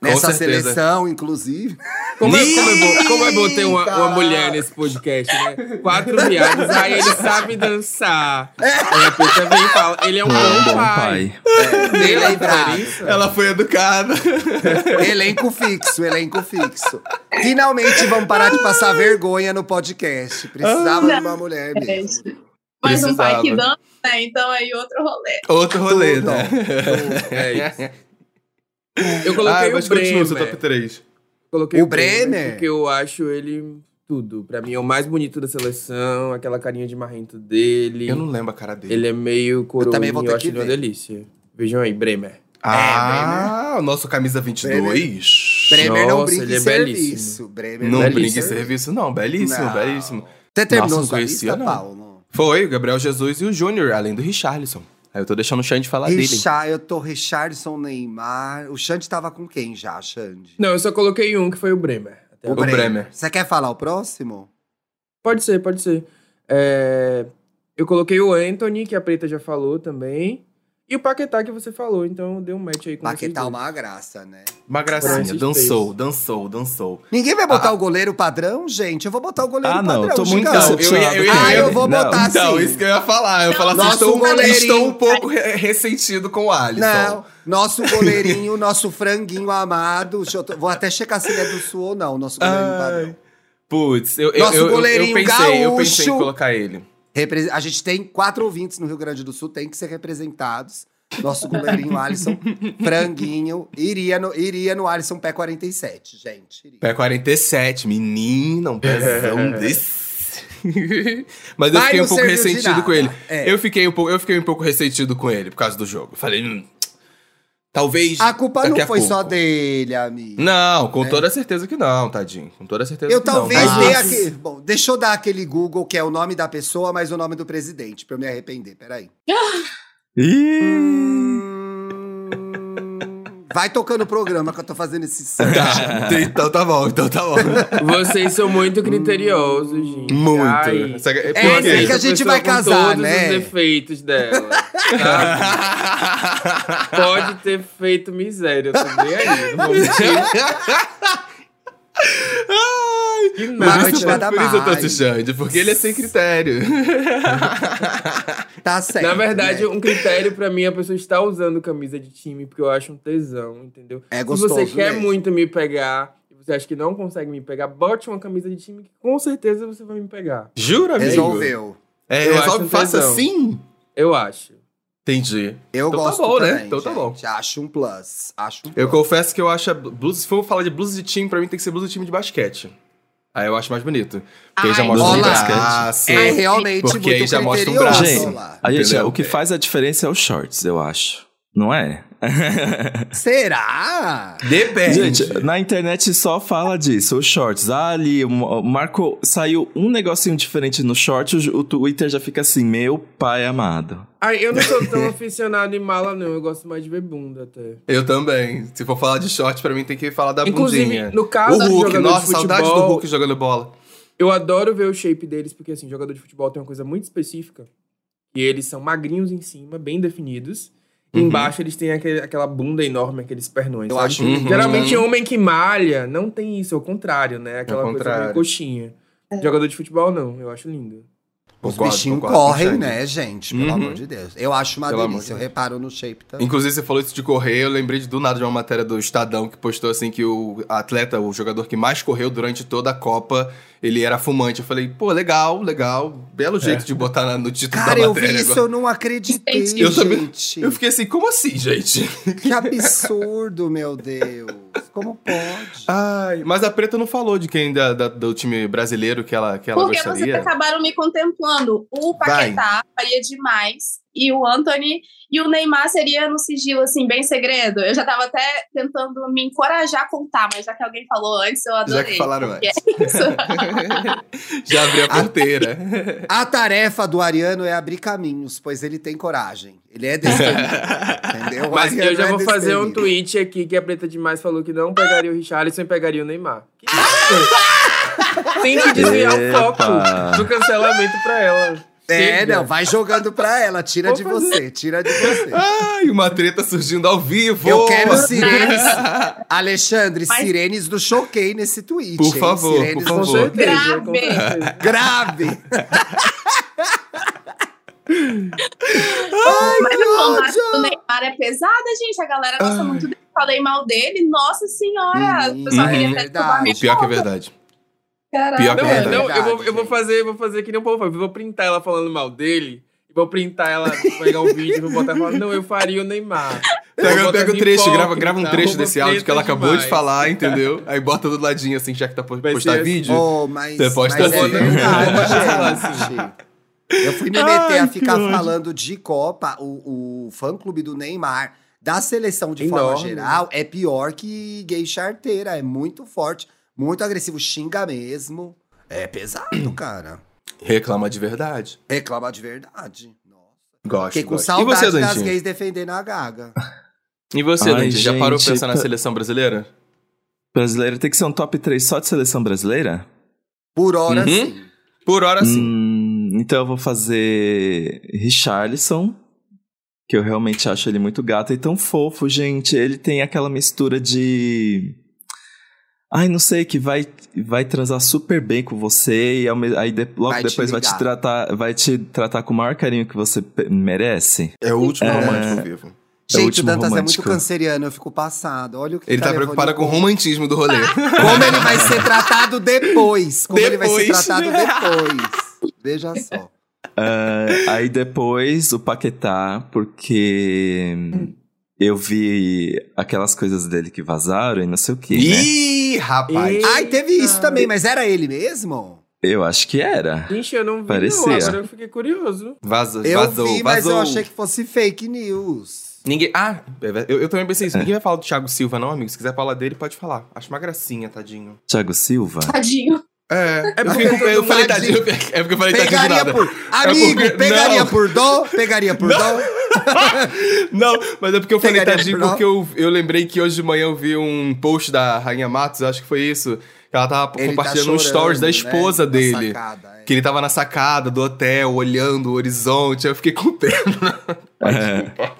[SPEAKER 2] Com
[SPEAKER 3] Nessa
[SPEAKER 2] certeza. [LAUGHS]
[SPEAKER 3] seleção, inclusive.
[SPEAKER 4] Como é, como é bom, como é bom ter uma, uma
[SPEAKER 3] Caralho.
[SPEAKER 4] mulher nesse podcast, né? Quatro viados, aí ele sabe dançar.
[SPEAKER 3] É.
[SPEAKER 4] Aí a pessoa vem e fala, ele é um
[SPEAKER 1] Um
[SPEAKER 4] bom
[SPEAKER 1] bom
[SPEAKER 4] pai.
[SPEAKER 1] pai.
[SPEAKER 2] É,
[SPEAKER 3] Bem
[SPEAKER 4] Ela
[SPEAKER 3] lembrado.
[SPEAKER 4] Clarissa?
[SPEAKER 2] Ela foi educada.
[SPEAKER 3] Elenco fixo, elenco fixo. Finalmente vamos parar de passar vergonha no podcast. Precisava de uma mulher mesmo.
[SPEAKER 5] diferente. Mas um pai que
[SPEAKER 2] Precisava.
[SPEAKER 5] dança, né? Então aí outro rolê.
[SPEAKER 2] Outro rolê,
[SPEAKER 3] Tudo.
[SPEAKER 2] né?
[SPEAKER 4] É isso. Eu coloquei
[SPEAKER 2] ah,
[SPEAKER 4] o
[SPEAKER 2] mas continua o seu top
[SPEAKER 4] Bremer.
[SPEAKER 2] 3.
[SPEAKER 4] Coloquei
[SPEAKER 3] O
[SPEAKER 4] o Bremer.
[SPEAKER 3] Bremer.
[SPEAKER 4] Porque eu acho ele tudo. Pra mim é o mais bonito da seleção, aquela carinha de marrento dele.
[SPEAKER 2] Eu não lembro a cara dele.
[SPEAKER 4] Ele é meio coroa.
[SPEAKER 3] também vou ter
[SPEAKER 4] acho
[SPEAKER 3] que
[SPEAKER 4] ele uma
[SPEAKER 3] ver.
[SPEAKER 4] delícia. Vejam aí, Bremer.
[SPEAKER 3] é,
[SPEAKER 2] Ah, o nosso camisa 22.
[SPEAKER 3] Bremer não
[SPEAKER 4] Nossa,
[SPEAKER 3] brinca
[SPEAKER 4] ele
[SPEAKER 3] em
[SPEAKER 4] é
[SPEAKER 3] serviço.
[SPEAKER 4] belíssimo.
[SPEAKER 3] Bremer
[SPEAKER 2] Não
[SPEAKER 4] Belíssimo.
[SPEAKER 2] brinque em serviço, não. Belíssimo,
[SPEAKER 3] Não.
[SPEAKER 2] belíssimo.
[SPEAKER 3] Você terminou
[SPEAKER 2] Nossa,
[SPEAKER 3] sua
[SPEAKER 2] não conhecia,
[SPEAKER 3] lista,
[SPEAKER 2] não.
[SPEAKER 3] Paulo?
[SPEAKER 2] Foi o Gabriel Jesus e o Júnior, além do Richarlison. Aí eu tô deixando o Xande falar dele.
[SPEAKER 3] Richard, eu tô Richardson, Neymar. O Xande tava com quem já, Xande?
[SPEAKER 4] Não, eu só coloquei um, que foi o Bremer. Até
[SPEAKER 2] O
[SPEAKER 4] agora.
[SPEAKER 2] Bremer.
[SPEAKER 3] Você quer falar o próximo?
[SPEAKER 4] Pode ser, pode ser. É, Eu coloquei o Anthony, que a Preta já falou também. E o Paquetá, que você falou. Então deu um match aí com vocês
[SPEAKER 3] Paquetá
[SPEAKER 4] dois.
[SPEAKER 3] tá uma graça, né?
[SPEAKER 2] Uma gracinha.
[SPEAKER 4] Francis
[SPEAKER 2] Dançou, dançou, dançou.
[SPEAKER 3] Ninguém vai
[SPEAKER 2] Ah.
[SPEAKER 3] botar o goleiro padrão, gente? Eu vou botar o goleiro
[SPEAKER 1] Ah,
[SPEAKER 3] padrão.
[SPEAKER 1] não, eu tô muito
[SPEAKER 3] gigante.
[SPEAKER 1] decepcionado.
[SPEAKER 2] eu ia-
[SPEAKER 1] com
[SPEAKER 2] Ah,
[SPEAKER 1] ele.
[SPEAKER 2] eu
[SPEAKER 3] vou
[SPEAKER 1] Não.
[SPEAKER 3] botar- Assim.
[SPEAKER 2] Então, isso que eu ia falar. Eu ia falar assim,
[SPEAKER 3] Nosso
[SPEAKER 2] estou, um-
[SPEAKER 3] goleirinho.
[SPEAKER 2] estou um pouco re- ressentido com o Alisson.
[SPEAKER 3] Não, nosso goleirinho, nosso franguinho amado. Deixa eu to- Vou até checar se ele é do Sul ou não, nosso goleirinho padrão.
[SPEAKER 2] Ai. Putz, eu, eu,
[SPEAKER 3] Nosso
[SPEAKER 2] eu, eu
[SPEAKER 3] goleirinho
[SPEAKER 2] pensei, eu pensei
[SPEAKER 3] gaúcho.
[SPEAKER 2] em colocar ele.
[SPEAKER 3] Repre- A gente tem quatro ouvintes no Rio Grande do Sul, tem que ser representados. Nosso goleirinho Alisson, franguinho, iria no, iria no Alisson pé 47, gente. iria.
[SPEAKER 2] Pé 47, menino, um pezão desse. Mas eu
[SPEAKER 3] Mas
[SPEAKER 2] fiquei
[SPEAKER 3] não
[SPEAKER 2] um pouco
[SPEAKER 3] serviu de
[SPEAKER 2] ressentido
[SPEAKER 3] nada.
[SPEAKER 2] com ele.
[SPEAKER 3] É.
[SPEAKER 2] Eu, fiquei um pouco, eu fiquei um pouco ressentido com ele por causa do jogo. Falei, hum, talvez.
[SPEAKER 3] A culpa
[SPEAKER 2] daqui
[SPEAKER 3] não
[SPEAKER 2] a
[SPEAKER 3] foi
[SPEAKER 2] pouco.
[SPEAKER 3] só dele, amigo.
[SPEAKER 2] Não, com toda certeza que não, tadinho. Com toda certeza
[SPEAKER 3] é. Eu
[SPEAKER 2] que não. Ah.
[SPEAKER 3] talvez
[SPEAKER 2] Mas-
[SPEAKER 3] dê aquele. Bom, deixa eu dar aquele Google que é o nome da pessoa, mas o nome do presidente, pra eu me arrepender. Peraí.
[SPEAKER 1] Ih,
[SPEAKER 3] Hum, Vai tocando o programa que eu tô fazendo
[SPEAKER 2] [LAUGHS]
[SPEAKER 3] esse sangue.
[SPEAKER 2] Tá, [LAUGHS] então tá bom, então tá bom.
[SPEAKER 4] Vocês são muito criteriosos, gente.
[SPEAKER 2] Muito.
[SPEAKER 4] Ai.
[SPEAKER 2] Essa- é
[SPEAKER 3] Hum, É,
[SPEAKER 2] porque- [LAUGHS]
[SPEAKER 3] assim que a gente
[SPEAKER 4] pessoa
[SPEAKER 3] vai
[SPEAKER 4] com
[SPEAKER 3] casar,
[SPEAKER 4] todos
[SPEAKER 3] né?
[SPEAKER 4] os defeitos dela. sabe? Pode ter feito miséria também aí. Não vou mentir. Que
[SPEAKER 3] Mas
[SPEAKER 4] nada.
[SPEAKER 3] vai tirar da
[SPEAKER 2] por isso eu tô
[SPEAKER 3] mais.
[SPEAKER 2] assustando, porque ele é sem critério.
[SPEAKER 3] Tá certo.
[SPEAKER 4] Na verdade,
[SPEAKER 3] né?
[SPEAKER 4] um critério pra mim é a pessoa estar usando camisa de time, porque eu acho um tesão, entendeu?
[SPEAKER 3] é gostoso.
[SPEAKER 4] Se você
[SPEAKER 2] né?
[SPEAKER 4] quer
[SPEAKER 3] mesmo.
[SPEAKER 4] muito me pegar, e você acha que não consegue me pegar, bote uma camisa de time que com certeza você vai me pegar.
[SPEAKER 2] Jura, amigo?
[SPEAKER 3] Resolveu.
[SPEAKER 2] É,
[SPEAKER 4] Eu
[SPEAKER 2] resolve,
[SPEAKER 4] acho um
[SPEAKER 2] faça
[SPEAKER 4] tesão.
[SPEAKER 2] assim.
[SPEAKER 4] Eu acho.
[SPEAKER 2] Entendi.
[SPEAKER 3] Eu
[SPEAKER 2] Então tá
[SPEAKER 3] gosto
[SPEAKER 2] bom, né?
[SPEAKER 3] também,
[SPEAKER 2] Então tá
[SPEAKER 3] gente.
[SPEAKER 2] bom.
[SPEAKER 3] Acho um plus. Acho um
[SPEAKER 2] Eu
[SPEAKER 3] plus.
[SPEAKER 2] confesso que eu acho. a Blusa, se for falar de blusa de time, pra mim tem que ser blusa de time de basquete. Aí eu acho mais bonito. Porque aí já
[SPEAKER 5] Ai,
[SPEAKER 2] mostra um
[SPEAKER 3] olá.
[SPEAKER 2] braço.
[SPEAKER 3] É
[SPEAKER 5] Ai,
[SPEAKER 3] realmente
[SPEAKER 2] Porque aí
[SPEAKER 3] muito
[SPEAKER 2] já mostra um
[SPEAKER 3] criterioso
[SPEAKER 1] braço.
[SPEAKER 3] lá.
[SPEAKER 1] a gente,
[SPEAKER 2] Entendeu?
[SPEAKER 1] o que faz a diferença é os shorts, eu acho. Não é?
[SPEAKER 3] Será?
[SPEAKER 2] Depende.
[SPEAKER 1] Gente, na internet só fala disso, os shorts. Ah, ali, o Marco saiu um negocinho diferente no short, o, o Twitter já fica assim, meu pai amado.
[SPEAKER 4] Ai, eu não
[SPEAKER 2] [LAUGHS]
[SPEAKER 4] sou tão aficionado em mala, não. Eu gosto mais de ver bunda até.
[SPEAKER 2] Eu também. Se for falar de short, pra mim tem que falar da
[SPEAKER 4] Inclusive,
[SPEAKER 2] Tá bundinha.
[SPEAKER 4] no caso
[SPEAKER 2] o
[SPEAKER 4] de
[SPEAKER 2] Hulk,
[SPEAKER 4] jogador de
[SPEAKER 2] nossa, saudade do
[SPEAKER 4] futebol-
[SPEAKER 2] Hulk jogando bola.
[SPEAKER 4] Eu adoro ver o shape deles, porque assim, jogador de futebol tem uma coisa muito específica. E eles são magrinhos em cima, bem definidos. E
[SPEAKER 2] Uhum.
[SPEAKER 4] embaixo eles têm aquele- aquela bunda enorme, aqueles pernões.
[SPEAKER 3] Eu
[SPEAKER 4] sabe?
[SPEAKER 3] acho
[SPEAKER 2] Uhum.
[SPEAKER 4] Geralmente, homem que malha não tem isso, é o contrário, né? Aquela coisa
[SPEAKER 2] contrário.
[SPEAKER 4] meio coxinha. Jogador de futebol, não, eu acho lindo.
[SPEAKER 3] Os
[SPEAKER 2] Concordo,
[SPEAKER 3] bichinhos
[SPEAKER 2] concordo com o
[SPEAKER 3] correm,
[SPEAKER 2] Xande.
[SPEAKER 3] né, gente? Pelo
[SPEAKER 2] Uhum.
[SPEAKER 3] amor de Deus. Eu acho uma
[SPEAKER 2] Pelo amor de
[SPEAKER 3] delícia. Eu reparo no shape também.
[SPEAKER 2] Inclusive, você falou isso de correr, eu lembrei de, do nada de uma matéria do Estadão que postou assim que o atleta, o jogador que mais correu durante toda a Copa, ele era fumante. Eu falei, pô, legal, legal, belo jeito de botar na- no título
[SPEAKER 3] Cara,
[SPEAKER 2] da
[SPEAKER 3] eu
[SPEAKER 2] matéria
[SPEAKER 3] vi isso,
[SPEAKER 2] agora.
[SPEAKER 3] eu não acreditei,
[SPEAKER 5] Entendi.
[SPEAKER 2] Eu também-
[SPEAKER 3] gente.
[SPEAKER 2] Eu fiquei assim, como assim, gente?
[SPEAKER 3] Que absurdo, meu Deus. Como pode?
[SPEAKER 2] Ai, mas a Preta não falou de quem da, da- do time brasileiro que ela, que ela
[SPEAKER 5] Porque tá vocês
[SPEAKER 2] gostaria.
[SPEAKER 5] acabaram me contemplando. O Paquetá faria demais. E o Anthony. E o Neymar seria no sigilo, assim, bem segredo. Eu já tava até tentando me encorajar a contar, mas já que alguém falou antes, eu adorei.
[SPEAKER 2] Já que falaram
[SPEAKER 5] porque
[SPEAKER 2] antes.
[SPEAKER 5] É
[SPEAKER 2] [LAUGHS]
[SPEAKER 5] isso.
[SPEAKER 2] Já abriu a
[SPEAKER 3] [LAUGHS]
[SPEAKER 2] porteira.
[SPEAKER 3] A tarefa do Ariano é abrir caminhos, pois ele tem coragem. Ele
[SPEAKER 2] [LAUGHS]
[SPEAKER 3] é destemido, entendeu? O
[SPEAKER 4] Mas
[SPEAKER 3] Ariano
[SPEAKER 4] eu já
[SPEAKER 3] é
[SPEAKER 4] vou fazer um
[SPEAKER 3] destemido.
[SPEAKER 4] tweet aqui que a Preta Demais falou que não pegaria o Richarlison e pegaria o Neymar. Que isso? Tem que desviar o
[SPEAKER 1] Epa.
[SPEAKER 4] foco do cancelamento pra ela.
[SPEAKER 3] É,
[SPEAKER 4] Chega.
[SPEAKER 3] não, vai jogando pra ela, tira
[SPEAKER 4] Vou
[SPEAKER 3] de
[SPEAKER 4] fazer.
[SPEAKER 3] você, tira de você.
[SPEAKER 2] Ai, uma treta surgindo ao vivo.
[SPEAKER 3] Eu
[SPEAKER 2] [LAUGHS]
[SPEAKER 3] quero sirenes. Alexandre, sirenes do Choquei nesse tweet.
[SPEAKER 2] Por
[SPEAKER 3] hein?
[SPEAKER 2] favor, por
[SPEAKER 3] Sirenes do
[SPEAKER 4] Com
[SPEAKER 2] favor.
[SPEAKER 3] Choquei.
[SPEAKER 4] certeza.
[SPEAKER 5] Grave.
[SPEAKER 4] Com certeza.
[SPEAKER 3] Grave!
[SPEAKER 5] Mas a
[SPEAKER 2] Ah,
[SPEAKER 5] fanbase do Neymar é pesada, gente. A galera gosta muito dele. Falei mal dele. Nossa senhora.
[SPEAKER 2] Uhum.
[SPEAKER 3] Hum,
[SPEAKER 5] o pessoal queria
[SPEAKER 3] é
[SPEAKER 5] até
[SPEAKER 3] verdade.
[SPEAKER 5] tomar minha
[SPEAKER 2] O pior que é
[SPEAKER 5] conta.
[SPEAKER 2] verdade.
[SPEAKER 5] Caralho.
[SPEAKER 2] pior que é
[SPEAKER 4] Não,
[SPEAKER 2] verdade.
[SPEAKER 4] não, eu vou, eu vou
[SPEAKER 3] gente.
[SPEAKER 4] fazer, vou fazer que nem um povo faz. Eu Vou printar ela falando mal dele. e Vou printar ela, vou pegar um vídeo, vou botar e falar, não, eu faria o Neymar.
[SPEAKER 2] Pega,
[SPEAKER 4] Vou botar
[SPEAKER 2] pega o
[SPEAKER 4] de tá?
[SPEAKER 2] trecho,
[SPEAKER 4] hipócrita,
[SPEAKER 2] grava, grava um trecho
[SPEAKER 4] arroba
[SPEAKER 2] desse áudio
[SPEAKER 4] preta
[SPEAKER 2] que ela acabou de
[SPEAKER 4] demais.
[SPEAKER 2] falar, entendeu? Aí bota do ladinho assim, já que tá por
[SPEAKER 4] Vai
[SPEAKER 2] postar
[SPEAKER 4] ser-
[SPEAKER 2] vídeo.
[SPEAKER 3] Oh, mas,
[SPEAKER 2] Você pode
[SPEAKER 3] mas
[SPEAKER 4] tá
[SPEAKER 3] é
[SPEAKER 4] assim.
[SPEAKER 2] [LAUGHS]
[SPEAKER 3] verdade, gente. Eu fui me meter a ficar
[SPEAKER 1] ódio.
[SPEAKER 3] falando de Copa, o, o fã-clube do Neymar, da seleção de forma
[SPEAKER 4] Enorme.
[SPEAKER 3] geral, é pior que gay charteira. É muito forte, muito agressivo, xinga mesmo. É
[SPEAKER 2] [CLEARS THROAT]
[SPEAKER 3] pesado, cara.
[SPEAKER 2] Reclama de verdade.
[SPEAKER 3] Reclama de verdade. Nossa.
[SPEAKER 2] Gosto.
[SPEAKER 3] Fiquei com
[SPEAKER 2] gosto.
[SPEAKER 3] saudade
[SPEAKER 2] e você,
[SPEAKER 3] das
[SPEAKER 2] Dantinho?
[SPEAKER 3] gays defendendo a Gaga.
[SPEAKER 2] E você,
[SPEAKER 1] Ai,
[SPEAKER 2] Dantinho? Já parou pra
[SPEAKER 1] gente,
[SPEAKER 2] pensar na
[SPEAKER 1] tá-
[SPEAKER 2] seleção brasileira?
[SPEAKER 1] Brasileira tem que ser um top 3 só de seleção brasileira?
[SPEAKER 3] Por hora,
[SPEAKER 2] Uhum.
[SPEAKER 3] sim.
[SPEAKER 2] Por hora,
[SPEAKER 3] Assim.
[SPEAKER 2] sim.
[SPEAKER 1] Hum, então eu vou fazer Richarlison, que eu realmente acho ele muito gato e tão fofo, gente. Ele tem aquela mistura de. Ai, não sei, que vai, vai transar super bem com você e ao me- aí de- logo
[SPEAKER 3] Vai te
[SPEAKER 1] depois vai te,
[SPEAKER 3] ligar.
[SPEAKER 1] tratar, vai te tratar com o maior carinho que você pe- merece.
[SPEAKER 2] É o último
[SPEAKER 1] É.
[SPEAKER 2] romântico vivo.
[SPEAKER 1] É o
[SPEAKER 3] Gente, o
[SPEAKER 1] último
[SPEAKER 3] Dantas é muito
[SPEAKER 1] romântico.
[SPEAKER 3] canceriano, eu fico passado. Olha o que
[SPEAKER 2] Ele tá
[SPEAKER 3] levando
[SPEAKER 2] preocupado
[SPEAKER 3] em
[SPEAKER 2] com o
[SPEAKER 3] conta.
[SPEAKER 2] romantismo do
[SPEAKER 3] [LAUGHS]
[SPEAKER 2] rolê.
[SPEAKER 3] Como ele vai ser tratado depois. Como ele vai ser
[SPEAKER 2] Depois.
[SPEAKER 3] tratado depois. Veja só.
[SPEAKER 1] Ah, aí depois o Paquetá, porque eu vi aquelas coisas dele que vazaram e não sei o que, né?
[SPEAKER 2] Ih, rapaz.
[SPEAKER 4] Ih.
[SPEAKER 3] Ai, teve isso também, mas era ele mesmo?
[SPEAKER 1] Eu acho que era.
[SPEAKER 4] Gente, eu não vi, não.
[SPEAKER 1] Parecia.
[SPEAKER 4] Agora eu fiquei curioso.
[SPEAKER 2] Vazou,
[SPEAKER 3] Eu
[SPEAKER 2] vazou, vazou.
[SPEAKER 3] vi, mas eu achei que fosse fake news.
[SPEAKER 2] Ninguém. Ah, eu, eu também pensei isso. Ninguém vai falar do Thiago Silva, não, amigo. Se quiser falar dele, pode falar. Acho uma gracinha, tadinho.
[SPEAKER 1] Thiago Silva?
[SPEAKER 5] Tadinho.
[SPEAKER 2] É,
[SPEAKER 4] É
[SPEAKER 2] eu,
[SPEAKER 4] porque
[SPEAKER 2] fico-
[SPEAKER 4] todo
[SPEAKER 2] eu falei
[SPEAKER 3] mundo-
[SPEAKER 2] tadinho. [LAUGHS] É porque eu falei tadinho do
[SPEAKER 3] Pegaria
[SPEAKER 2] nada.
[SPEAKER 3] por. Amigo,
[SPEAKER 2] porque-
[SPEAKER 3] pegaria
[SPEAKER 2] não.
[SPEAKER 3] por dó? Pegaria por dó?
[SPEAKER 2] Não, mas é porque eu falei
[SPEAKER 3] Pegaria
[SPEAKER 2] tadinho
[SPEAKER 3] por lá.
[SPEAKER 2] porque eu, eu lembrei que hoje de manhã eu vi um post da Rainha Matos, acho que foi isso. Que ela tava
[SPEAKER 3] Ele tá
[SPEAKER 2] compartilhando um
[SPEAKER 3] chorando,
[SPEAKER 2] stories da
[SPEAKER 3] né,
[SPEAKER 2] esposa
[SPEAKER 3] na
[SPEAKER 2] dele.
[SPEAKER 3] sacada, é.
[SPEAKER 2] Que ele tava na sacada do hotel, olhando o horizonte. Eu fiquei com
[SPEAKER 3] [LAUGHS]
[SPEAKER 2] pena.
[SPEAKER 1] É.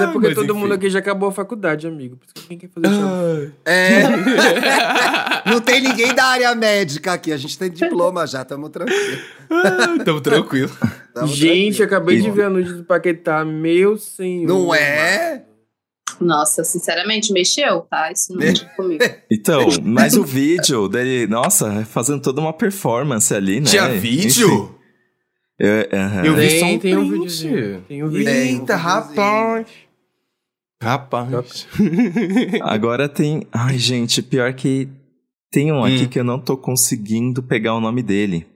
[SPEAKER 2] Ai,
[SPEAKER 4] é porque
[SPEAKER 2] Ah, mas
[SPEAKER 4] todo
[SPEAKER 2] enfim. Ah,
[SPEAKER 4] mundo aqui já acabou a faculdade, amigo. Por isso que ninguém quer fazer chama.
[SPEAKER 3] É. Não tem ninguém da área médica aqui. A gente tem diploma já, tamo tranquilo.
[SPEAKER 2] Tamo tranquilo.
[SPEAKER 3] Tamo
[SPEAKER 4] Gente,
[SPEAKER 3] tranquilo.
[SPEAKER 4] eu acabei de
[SPEAKER 1] E-
[SPEAKER 4] ver a nude do Paquetá, meu senhor.
[SPEAKER 3] Não é?
[SPEAKER 5] Nossa, sinceramente, mexeu, tá? Isso não mexe
[SPEAKER 2] [LAUGHS]
[SPEAKER 5] comigo.
[SPEAKER 3] [LAUGHS]
[SPEAKER 1] Então, mas o vídeo dele, nossa, fazendo toda uma performance ali, né?
[SPEAKER 2] Tinha
[SPEAKER 1] Enfim, é,
[SPEAKER 2] vídeo?
[SPEAKER 1] eu- aham.
[SPEAKER 2] Eu vi
[SPEAKER 4] Tem-
[SPEAKER 2] só um
[SPEAKER 4] tem um
[SPEAKER 2] print.
[SPEAKER 4] videozinho. Tem um
[SPEAKER 3] videozinho.
[SPEAKER 2] Eita, rapaz. Rapaz.
[SPEAKER 1] Agora tem. Ai, gente, pior que tem um aqui
[SPEAKER 2] Hum.
[SPEAKER 1] que eu não tô conseguindo pegar o nome dele.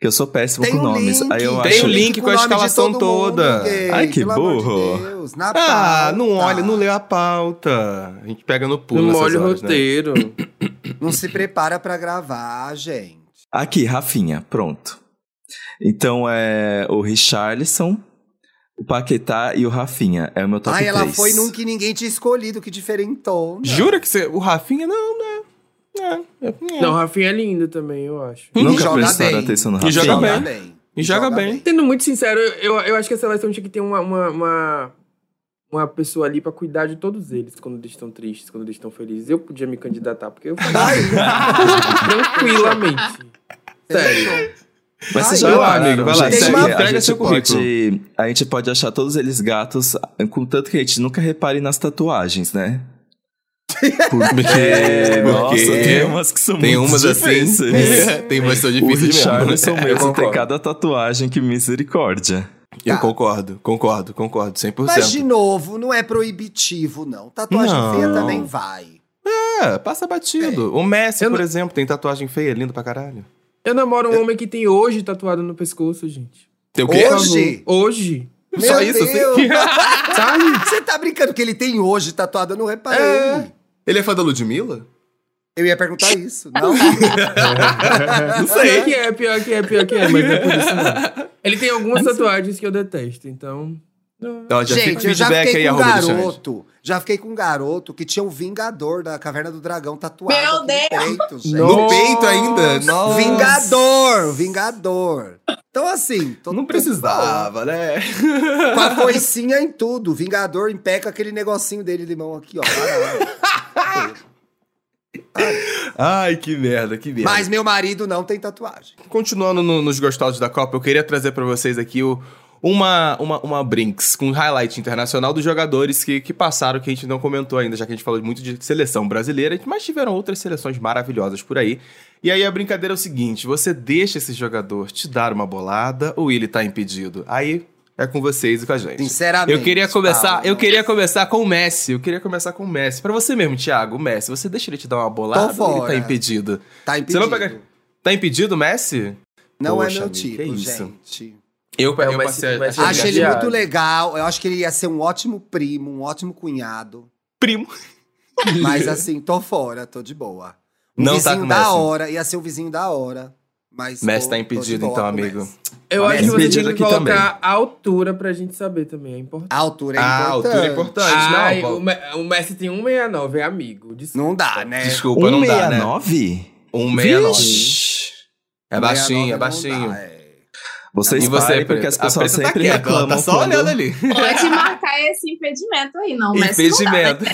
[SPEAKER 1] Que eu sou péssimo
[SPEAKER 3] Tem
[SPEAKER 1] com
[SPEAKER 3] um
[SPEAKER 1] nomes.
[SPEAKER 3] link.
[SPEAKER 1] Aí eu
[SPEAKER 2] Tem
[SPEAKER 1] acho.
[SPEAKER 2] um link com a
[SPEAKER 3] o nome de
[SPEAKER 2] escalação
[SPEAKER 3] todo mundo,
[SPEAKER 2] toda.
[SPEAKER 3] gay,
[SPEAKER 1] Ai, que
[SPEAKER 3] pelo amor de
[SPEAKER 1] burro.
[SPEAKER 3] Deus, na
[SPEAKER 2] Ah,
[SPEAKER 3] pauta.
[SPEAKER 2] não olha, não leu a pauta. A gente pega no pulo
[SPEAKER 4] Não
[SPEAKER 2] nessas
[SPEAKER 4] molha o
[SPEAKER 2] horas, né? [COUGHS]
[SPEAKER 4] roteiro.
[SPEAKER 3] Não se prepara pra gravar, gente.
[SPEAKER 1] Aqui, Rafinha, pronto. Então é o Richarlison, o Paquetá e o Rafinha. É o meu top
[SPEAKER 3] Ai, ela
[SPEAKER 1] 3.
[SPEAKER 3] foi num que ninguém tinha escolhido, que diferentona.
[SPEAKER 2] Jura que você... O Rafinha, não, né? É, é, é. [LAUGHS]
[SPEAKER 4] Não, o Rafinha é lindo também, eu acho.
[SPEAKER 3] E
[SPEAKER 1] Nunca
[SPEAKER 3] joga
[SPEAKER 1] prestaram
[SPEAKER 3] bem.
[SPEAKER 1] atenção no
[SPEAKER 2] E
[SPEAKER 1] Rafinha.
[SPEAKER 2] joga bem. E
[SPEAKER 3] E
[SPEAKER 2] joga bem.
[SPEAKER 4] Sendo muito sincero, eu, eu acho que a seleção tinha que ter uma, uma, uma, uma pessoa ali pra cuidar de todos eles quando eles estão tristes, quando eles estão felizes. Eu podia me candidatar, porque eu faria tranquilamente. Sério.
[SPEAKER 1] Mas
[SPEAKER 3] Ai,
[SPEAKER 1] vocês já é um
[SPEAKER 3] eu
[SPEAKER 1] repararam,
[SPEAKER 2] amigo, vai lá,
[SPEAKER 1] gente,
[SPEAKER 3] segue,
[SPEAKER 1] que
[SPEAKER 2] entrega
[SPEAKER 1] a gente
[SPEAKER 2] seu currículo.
[SPEAKER 1] pode, A gente pode achar todos eles gatos, contanto que a gente nunca repare nas tatuagens, né? Porque,
[SPEAKER 2] É, Porque-
[SPEAKER 1] nossa, tem umas que são
[SPEAKER 2] Tem
[SPEAKER 1] muito
[SPEAKER 2] umas
[SPEAKER 1] difíceis.
[SPEAKER 2] assim. tem umas que são
[SPEAKER 1] O
[SPEAKER 2] difíceis de amar.
[SPEAKER 1] Richardson mesmo tem
[SPEAKER 4] concordo.
[SPEAKER 1] cada tatuagem, que misericórdia.
[SPEAKER 2] Eu concordo, concordo, concordo, 100%.
[SPEAKER 3] Mas, de novo, não é proibitivo, não. Tatuagem
[SPEAKER 2] Não.
[SPEAKER 3] feia também vai.
[SPEAKER 2] É, passa batido. O Messi,
[SPEAKER 4] Eu
[SPEAKER 2] por
[SPEAKER 4] não-
[SPEAKER 2] exemplo, tem tatuagem feia, lindo pra caralho.
[SPEAKER 4] Eu namoro um homem que tem hoje tatuado no pescoço, gente.
[SPEAKER 2] Tem o quê?
[SPEAKER 3] Hoje?
[SPEAKER 4] Hoje.
[SPEAKER 2] Só
[SPEAKER 3] Meu
[SPEAKER 2] isso?
[SPEAKER 3] Deus.
[SPEAKER 2] [LAUGHS] assim?
[SPEAKER 4] Sabe?
[SPEAKER 3] Você tá brincando que ele tem hoje tatuado? Eu não reparei.
[SPEAKER 2] É. Ele é fã da Ludmilla?
[SPEAKER 3] Eu ia perguntar isso.
[SPEAKER 2] [LAUGHS]
[SPEAKER 3] Não.
[SPEAKER 2] Não
[SPEAKER 4] Pior
[SPEAKER 2] sei.
[SPEAKER 4] que é, pior que é, pior que é, mas não é por isso não. Ele tem algumas tatuagens que eu detesto, então.
[SPEAKER 2] Então, já
[SPEAKER 3] Gente,
[SPEAKER 2] fica o
[SPEAKER 3] eu já
[SPEAKER 2] feedback
[SPEAKER 3] fiquei
[SPEAKER 2] aí,
[SPEAKER 3] com um
[SPEAKER 2] arroba Alexandre.
[SPEAKER 3] garoto. Já fiquei com um garoto que tinha um Vingador da Caverna do Dragão tatuado
[SPEAKER 5] Meu
[SPEAKER 3] aqui no peito, gente.
[SPEAKER 2] No peito ainda? Nossa.
[SPEAKER 3] Vingador! Vingador! Então, assim, tô-
[SPEAKER 2] Não precisava, né?
[SPEAKER 3] com a foicinha em tudo. Vingador empeca aquele negocinho dele de mão aqui, ó. Caralho.
[SPEAKER 2] Ai, que merda, que merda.
[SPEAKER 3] Mas meu marido não tem tatuagem.
[SPEAKER 2] Continuando no- nos gostosos da Copa, eu queria trazer pra vocês aqui o- uma, uma, uma Brinks com highlight internacional dos jogadores que, que passaram, que a gente não comentou ainda, já que a gente falou muito de seleção brasileira, mas tiveram outras seleções maravilhosas por aí. E aí a brincadeira é o seguinte: você deixa esse jogador te dar uma bolada ou ele tá impedido? Aí é com vocês e com a gente.
[SPEAKER 3] Sinceramente. tá.
[SPEAKER 2] Eu queria começar,
[SPEAKER 3] Paulo.
[SPEAKER 2] eu queria começar com o Messi. Eu queria começar com o Messi. Pra você mesmo, Thiago, o Messi, você deixa ele te dar uma bolada ou ele tá
[SPEAKER 3] fora.
[SPEAKER 2] impedido?
[SPEAKER 3] Tá
[SPEAKER 2] Você
[SPEAKER 3] impedido.
[SPEAKER 2] não pega- Tá impedido, Messi?
[SPEAKER 3] Não é
[SPEAKER 2] Poxa,
[SPEAKER 3] meu
[SPEAKER 2] amigo,
[SPEAKER 3] tipo,
[SPEAKER 2] que isso?
[SPEAKER 3] gente.
[SPEAKER 2] Eu,
[SPEAKER 4] É,
[SPEAKER 2] eu
[SPEAKER 4] o Messi-
[SPEAKER 2] passei
[SPEAKER 4] o Messi
[SPEAKER 2] a-
[SPEAKER 4] é
[SPEAKER 3] Acho ele
[SPEAKER 4] Viado.
[SPEAKER 3] muito legal. Eu acho que ele ia ser um ótimo primo, um ótimo cunhado.
[SPEAKER 2] primo. [LAUGHS]
[SPEAKER 3] Mas assim, tô fora, tô de boa. Um
[SPEAKER 2] Não tá
[SPEAKER 3] vizinho
[SPEAKER 2] com o
[SPEAKER 3] da
[SPEAKER 2] Messi.
[SPEAKER 3] hora, ia ser o vizinho da hora. Mas.
[SPEAKER 2] Messi
[SPEAKER 3] tô-
[SPEAKER 2] tá
[SPEAKER 3] tô de
[SPEAKER 2] impedido,
[SPEAKER 3] boa
[SPEAKER 2] então,
[SPEAKER 3] com o
[SPEAKER 2] amigo.
[SPEAKER 3] Messi.
[SPEAKER 4] Eu
[SPEAKER 2] Mas
[SPEAKER 4] acho que você
[SPEAKER 2] pedido
[SPEAKER 4] tem que
[SPEAKER 2] aqui
[SPEAKER 4] colocar
[SPEAKER 2] também.
[SPEAKER 4] a altura pra gente saber também, é importante.
[SPEAKER 3] A altura é
[SPEAKER 2] ah,
[SPEAKER 3] importante.
[SPEAKER 2] altura é importante.
[SPEAKER 4] Ai,
[SPEAKER 2] não,
[SPEAKER 4] o, Me- o Messi tem 1,69, é amigo. Desculpa.
[SPEAKER 3] Não dá, né?
[SPEAKER 2] desculpa, não dá, né?
[SPEAKER 1] 169?
[SPEAKER 2] 169.
[SPEAKER 1] Vixe.
[SPEAKER 2] É baixinho, é
[SPEAKER 3] 69 não
[SPEAKER 2] baixinho.
[SPEAKER 3] dá, é.
[SPEAKER 1] Vocês
[SPEAKER 2] E você,
[SPEAKER 1] parem, porque as
[SPEAKER 2] Preta? A
[SPEAKER 1] pessoas
[SPEAKER 2] Preta tá
[SPEAKER 1] sempre
[SPEAKER 2] quieta, ela
[SPEAKER 1] reclamam.
[SPEAKER 2] Tá só
[SPEAKER 1] quando- [LAUGHS]
[SPEAKER 2] olhando ali.
[SPEAKER 5] Pode marcar esse impedimento aí, não. Mas não dá, né?
[SPEAKER 2] Impedimento.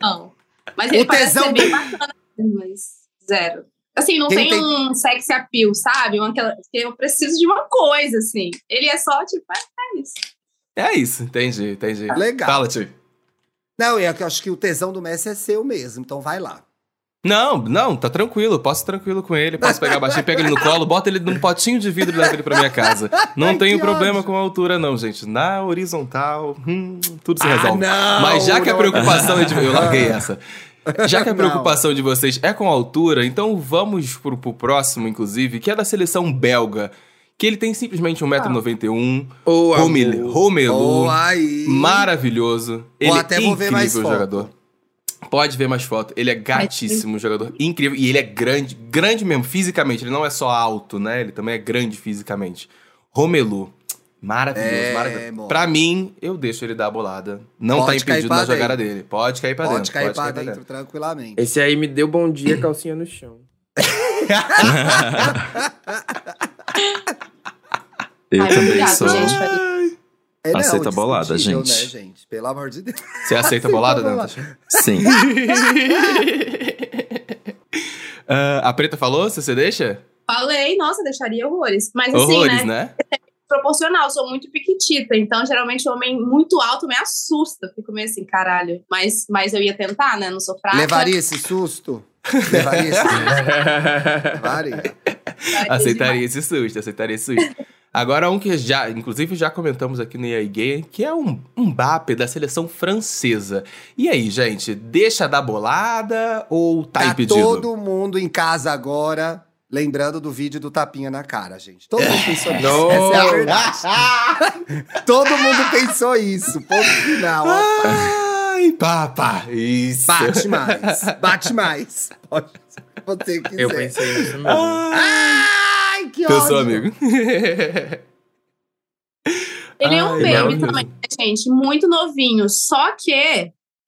[SPEAKER 5] não. Mas
[SPEAKER 3] O
[SPEAKER 5] ele parece
[SPEAKER 3] tesão
[SPEAKER 5] ser bem bacana, mas zero. Assim, não
[SPEAKER 3] Quem
[SPEAKER 5] tem,
[SPEAKER 3] tem-
[SPEAKER 5] um sexy appeal, sabe? Uma, aquela- que eu preciso de uma coisa, assim. Ele é só, tipo, ah, é isso.
[SPEAKER 2] [LAUGHS] é isso, entendi, entendi.
[SPEAKER 3] é Legal.
[SPEAKER 2] Fala, tio.
[SPEAKER 3] Não, é que eu acho que o tesão do Messi é seu mesmo, então vai lá.
[SPEAKER 2] Não, não, tá tranquilo, posso ir tranquilo com ele, posso pegar baixinho, pega ele no colo, bota ele num potinho de vidro e leva ele pra minha casa. Não
[SPEAKER 3] Ai,
[SPEAKER 2] tenho
[SPEAKER 3] que
[SPEAKER 2] problema
[SPEAKER 3] ódio.
[SPEAKER 2] com a altura não, gente. Na horizontal, hum, tudo se
[SPEAKER 3] Ah,
[SPEAKER 2] resolve.
[SPEAKER 3] não,
[SPEAKER 2] Mas já que a
[SPEAKER 3] não.
[SPEAKER 2] preocupação é de... Eu larguei essa. Já que a
[SPEAKER 3] [LAUGHS] Não.
[SPEAKER 2] preocupação de vocês é com a altura, então vamos pro, pro próximo, inclusive, que é da seleção belga. Que ele tem simplesmente 1,91m,
[SPEAKER 4] Ô, amor.
[SPEAKER 2] Romelu,
[SPEAKER 3] Ou
[SPEAKER 2] Romelu
[SPEAKER 3] aí.
[SPEAKER 2] maravilhoso. Ele
[SPEAKER 3] até
[SPEAKER 2] é
[SPEAKER 3] vou ver
[SPEAKER 2] incrível
[SPEAKER 3] mais foto.
[SPEAKER 2] jogador. Pode ver mais foto. Ele é gatíssimo, um jogador incrível. E ele é grande, grande mesmo, fisicamente. Ele não é só alto, né? Ele também é grande fisicamente. Romelu, maravilhoso,
[SPEAKER 3] É,
[SPEAKER 2] maravilhoso.
[SPEAKER 3] mano.
[SPEAKER 2] Pra mim, eu deixo ele dar a bolada. Não
[SPEAKER 3] Pode
[SPEAKER 2] tá
[SPEAKER 3] cair
[SPEAKER 2] impedido
[SPEAKER 3] pra
[SPEAKER 2] na jogada
[SPEAKER 3] dentro.
[SPEAKER 2] dele. Pode cair pra
[SPEAKER 3] Pode
[SPEAKER 2] dentro.
[SPEAKER 3] cair pra dentro, tranquilamente.
[SPEAKER 4] Esse aí me deu bom dia, calcinha no
[SPEAKER 2] [LAUGHS]
[SPEAKER 4] chão.
[SPEAKER 1] Eu
[SPEAKER 5] Ai,
[SPEAKER 1] também
[SPEAKER 5] obrigado,
[SPEAKER 1] sou.
[SPEAKER 5] gente, foi-
[SPEAKER 3] É,
[SPEAKER 1] Aceita a bolada,
[SPEAKER 3] indiscutível,
[SPEAKER 1] gente.
[SPEAKER 3] Né, gente? Pelo amor de Deus.
[SPEAKER 2] Você aceita a
[SPEAKER 3] tá
[SPEAKER 2] bolada, Dantas?
[SPEAKER 1] Sim.
[SPEAKER 2] [LAUGHS] Ah, a Preta falou? Você você deixa?
[SPEAKER 5] Falei, nossa, deixaria horrores. Mas assim,
[SPEAKER 2] Horrores,
[SPEAKER 5] né?
[SPEAKER 2] né?
[SPEAKER 5] Proporcional, sou muito piquitita, então geralmente homem muito alto me assusta. Fico meio assim, caralho. Mas, mas eu ia tentar, né? Não sou fraca.
[SPEAKER 3] Levaria esse susto? Levaria
[SPEAKER 2] [LAUGHS]
[SPEAKER 3] esse susto? Levaria.
[SPEAKER 5] Levaria
[SPEAKER 2] Aceitaria
[SPEAKER 5] demais.
[SPEAKER 2] esse susto, aceitaria esse susto. Agora, um que já, inclusive, já comentamos aqui no EA Gay, que é um, um BAP da seleção francesa. E aí, gente, deixa dar bolada ou tá,
[SPEAKER 3] Tá
[SPEAKER 2] impedido?
[SPEAKER 3] todo mundo em casa agora, lembrando do vídeo do tapinha na cara, gente. Todo mundo pensou nisso. Essa é a
[SPEAKER 2] [LAUGHS]
[SPEAKER 3] verdade. Todo mundo pensou isso. Ponto final. ó.
[SPEAKER 2] Ai, papá! Isso!
[SPEAKER 3] Bate mais. Bate mais. Pode você quiser.
[SPEAKER 4] Eu pensei nisso mesmo.
[SPEAKER 2] Ah.
[SPEAKER 3] Ai, que ódio.
[SPEAKER 2] Pensou, amigo? [LAUGHS]
[SPEAKER 5] Ele é um
[SPEAKER 2] Ai,
[SPEAKER 5] baby
[SPEAKER 2] maravilhoso.
[SPEAKER 5] também, né, gente? Muito novinho. Só que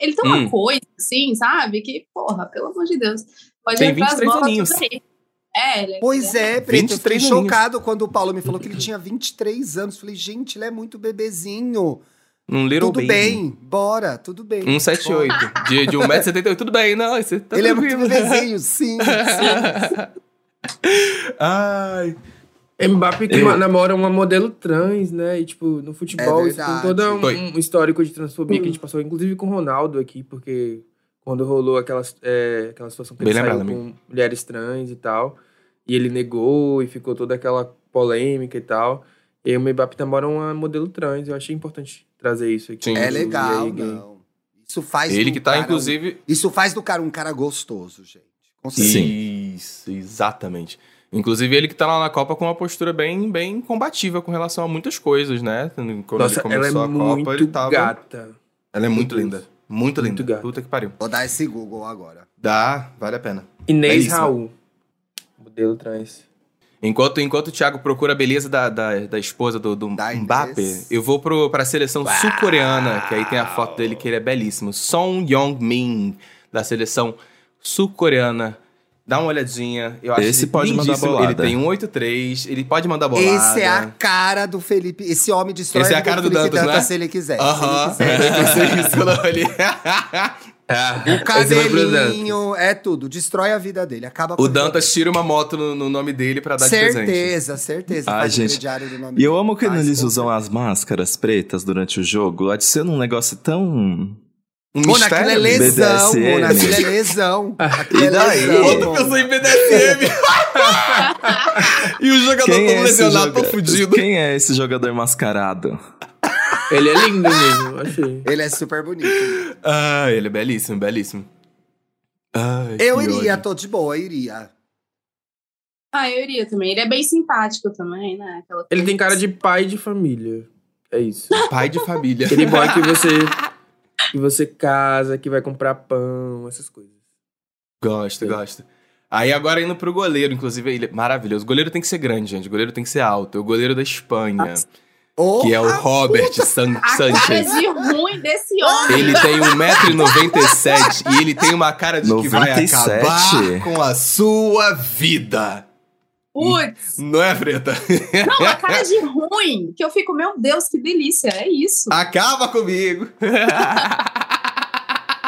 [SPEAKER 5] ele tem uma
[SPEAKER 2] Hum.
[SPEAKER 5] coisa, assim, sabe? Que, porra, pelo amor de Deus. Pode
[SPEAKER 2] Tem
[SPEAKER 5] entrar as
[SPEAKER 2] 23
[SPEAKER 5] bolas
[SPEAKER 2] aninhos.
[SPEAKER 5] tudo aí. É, ele é-
[SPEAKER 3] Pois é, Preto, eu fiquei
[SPEAKER 2] 23 aninhos.
[SPEAKER 3] chocado quando o Paulo me falou que ele tinha 23 anos. Falei, gente, ele é muito bebezinho.
[SPEAKER 2] Um little
[SPEAKER 3] Tudo
[SPEAKER 2] baby.
[SPEAKER 3] bem, bora, tudo bem. [LAUGHS]
[SPEAKER 2] 178. De, um de 1,78m, tudo bem, não, você tá
[SPEAKER 3] ele é muito
[SPEAKER 2] tranquilo. [LAUGHS]
[SPEAKER 3] bebezinho, sim.
[SPEAKER 2] Ai.
[SPEAKER 4] Mbappé que
[SPEAKER 2] Eu-
[SPEAKER 4] ma- namora uma modelo trans, né? E, tipo, no futebol,
[SPEAKER 3] É
[SPEAKER 4] isso tem
[SPEAKER 3] verdade. Hum.
[SPEAKER 4] todo um,
[SPEAKER 2] Foi.
[SPEAKER 4] um histórico de transfobia que a gente passou, inclusive com o Ronaldo aqui, porque quando rolou aquela, é, aquela situação que
[SPEAKER 2] Bem
[SPEAKER 4] ele saiu
[SPEAKER 2] lembrado,
[SPEAKER 4] com mulheres trans e tal, e ele negou e ficou toda aquela polêmica e tal. E o Mbappé namora uma modelo trans, eu achei importante trazer isso aqui.
[SPEAKER 2] Sim.
[SPEAKER 3] É
[SPEAKER 4] no
[SPEAKER 3] legal,
[SPEAKER 4] EA Gay.
[SPEAKER 3] não. Isso faz
[SPEAKER 2] Ele
[SPEAKER 3] do
[SPEAKER 2] que tá,
[SPEAKER 3] cara um-
[SPEAKER 2] inclusive,
[SPEAKER 3] Isso faz do cara um cara gostoso, gente. Com certeza.
[SPEAKER 1] Sim.
[SPEAKER 2] Isso, exatamente. Inclusive, ele que tá lá na Copa com uma postura bem, bem combativa com relação a muitas coisas, né? Quando
[SPEAKER 4] Nossa,
[SPEAKER 2] ele
[SPEAKER 4] ela é
[SPEAKER 2] começou a
[SPEAKER 4] muito
[SPEAKER 2] Copa, ele tava.
[SPEAKER 4] gata.
[SPEAKER 2] Ela é muito
[SPEAKER 4] Muito
[SPEAKER 2] linda. Muito linda.
[SPEAKER 4] Muito gata.
[SPEAKER 2] Puta que pariu.
[SPEAKER 3] Vou dar esse Google agora.
[SPEAKER 4] É
[SPEAKER 2] Dá, vale a pena.
[SPEAKER 4] Inês
[SPEAKER 2] Belíssima.
[SPEAKER 4] Raul, modelo trans.
[SPEAKER 2] Enquanto, enquanto o Thiago procura a beleza da, da, da esposa do, do
[SPEAKER 3] Da
[SPEAKER 2] Mbappé,
[SPEAKER 3] Inês.
[SPEAKER 2] eu vou pro, pra seleção sul-coreana, que aí tem a foto dele que ele é belíssimo. Song Yong-min, da seleção sul-coreana. Dá uma olhadinha. Eu acho
[SPEAKER 1] Esse
[SPEAKER 2] ele
[SPEAKER 1] pode mandar
[SPEAKER 2] lindíssimo.
[SPEAKER 1] bolada.
[SPEAKER 2] Ele tem 183, ele pode mandar bolada.
[SPEAKER 3] Esse é a cara do Felipe. Esse homem destrói
[SPEAKER 2] Esse é a cara do
[SPEAKER 3] Felipe
[SPEAKER 2] Dantas, né?
[SPEAKER 3] se ele quiser.
[SPEAKER 2] Aham. [LAUGHS] é
[SPEAKER 3] Se ele quiser.
[SPEAKER 2] Eu pensei isso, eu não olhei.
[SPEAKER 3] [LAUGHS] O
[SPEAKER 2] Esse é vai pro Dantas.
[SPEAKER 3] cabelinho é tudo. Destrói a vida dele. Acaba com
[SPEAKER 2] O
[SPEAKER 3] a vida
[SPEAKER 2] Dantas tira uma moto no, no nome dele pra dar de presente.
[SPEAKER 3] Certeza, certeza.
[SPEAKER 1] Ai,
[SPEAKER 3] Faz o
[SPEAKER 1] gente.
[SPEAKER 3] crediário do nome
[SPEAKER 1] E eu amo que
[SPEAKER 3] dele. Faz,
[SPEAKER 1] eles
[SPEAKER 3] com
[SPEAKER 1] usam as máscaras pretas durante o jogo, adiciona um negócio tão.
[SPEAKER 2] Um
[SPEAKER 3] Mona, aquilo é
[SPEAKER 2] mistério?
[SPEAKER 3] lesão,
[SPEAKER 1] BDSM.
[SPEAKER 3] Mona, aquilo
[SPEAKER 1] [LAUGHS]
[SPEAKER 3] é lesão. Aquilo
[SPEAKER 1] E
[SPEAKER 3] é
[SPEAKER 1] daí?
[SPEAKER 3] lesão.
[SPEAKER 2] Outro que eu sou em BDSM. [LAUGHS] e o jogador
[SPEAKER 1] Quem
[SPEAKER 2] todo
[SPEAKER 1] é, esse
[SPEAKER 2] lesionado, todo
[SPEAKER 1] joga-
[SPEAKER 2] fudido.
[SPEAKER 1] Quem é esse jogador mascarado?
[SPEAKER 4] Ele é lindo mesmo, achei.
[SPEAKER 3] Ele é super bonito.
[SPEAKER 2] Ah, ele é belíssimo, belíssimo. Ai,
[SPEAKER 3] Eu
[SPEAKER 2] que
[SPEAKER 3] iria,
[SPEAKER 2] ódio.
[SPEAKER 3] tô de boa, iria.
[SPEAKER 5] Ah, eu iria também. Ele é bem simpático também, né? Aquela
[SPEAKER 4] Ele
[SPEAKER 5] coisa
[SPEAKER 4] tem cara
[SPEAKER 5] assim.
[SPEAKER 4] de pai de família. É isso.
[SPEAKER 2] Pai de família.
[SPEAKER 4] Aquele boy que você. que você casa, que vai comprar pão, essas coisas.
[SPEAKER 2] Gosto,
[SPEAKER 4] É.
[SPEAKER 2] gosto. Aí agora indo pro goleiro, inclusive, ele é maravilhoso. O goleiro tem que ser grande, gente. O goleiro tem que ser alto. É o goleiro da Espanha,
[SPEAKER 3] Oh,
[SPEAKER 2] que é o Robert San
[SPEAKER 5] A cara é
[SPEAKER 2] Sanchez.
[SPEAKER 5] de ruim desse homem.
[SPEAKER 2] Ele tem 1,97m e ele tem uma cara de que
[SPEAKER 1] 97?
[SPEAKER 2] vai acabar com a sua vida.
[SPEAKER 5] Putz.
[SPEAKER 2] Não é, Preta?
[SPEAKER 5] Não, a cara de ruim. Que eu fico, meu Deus, que delícia. É isso.
[SPEAKER 2] Acaba comigo.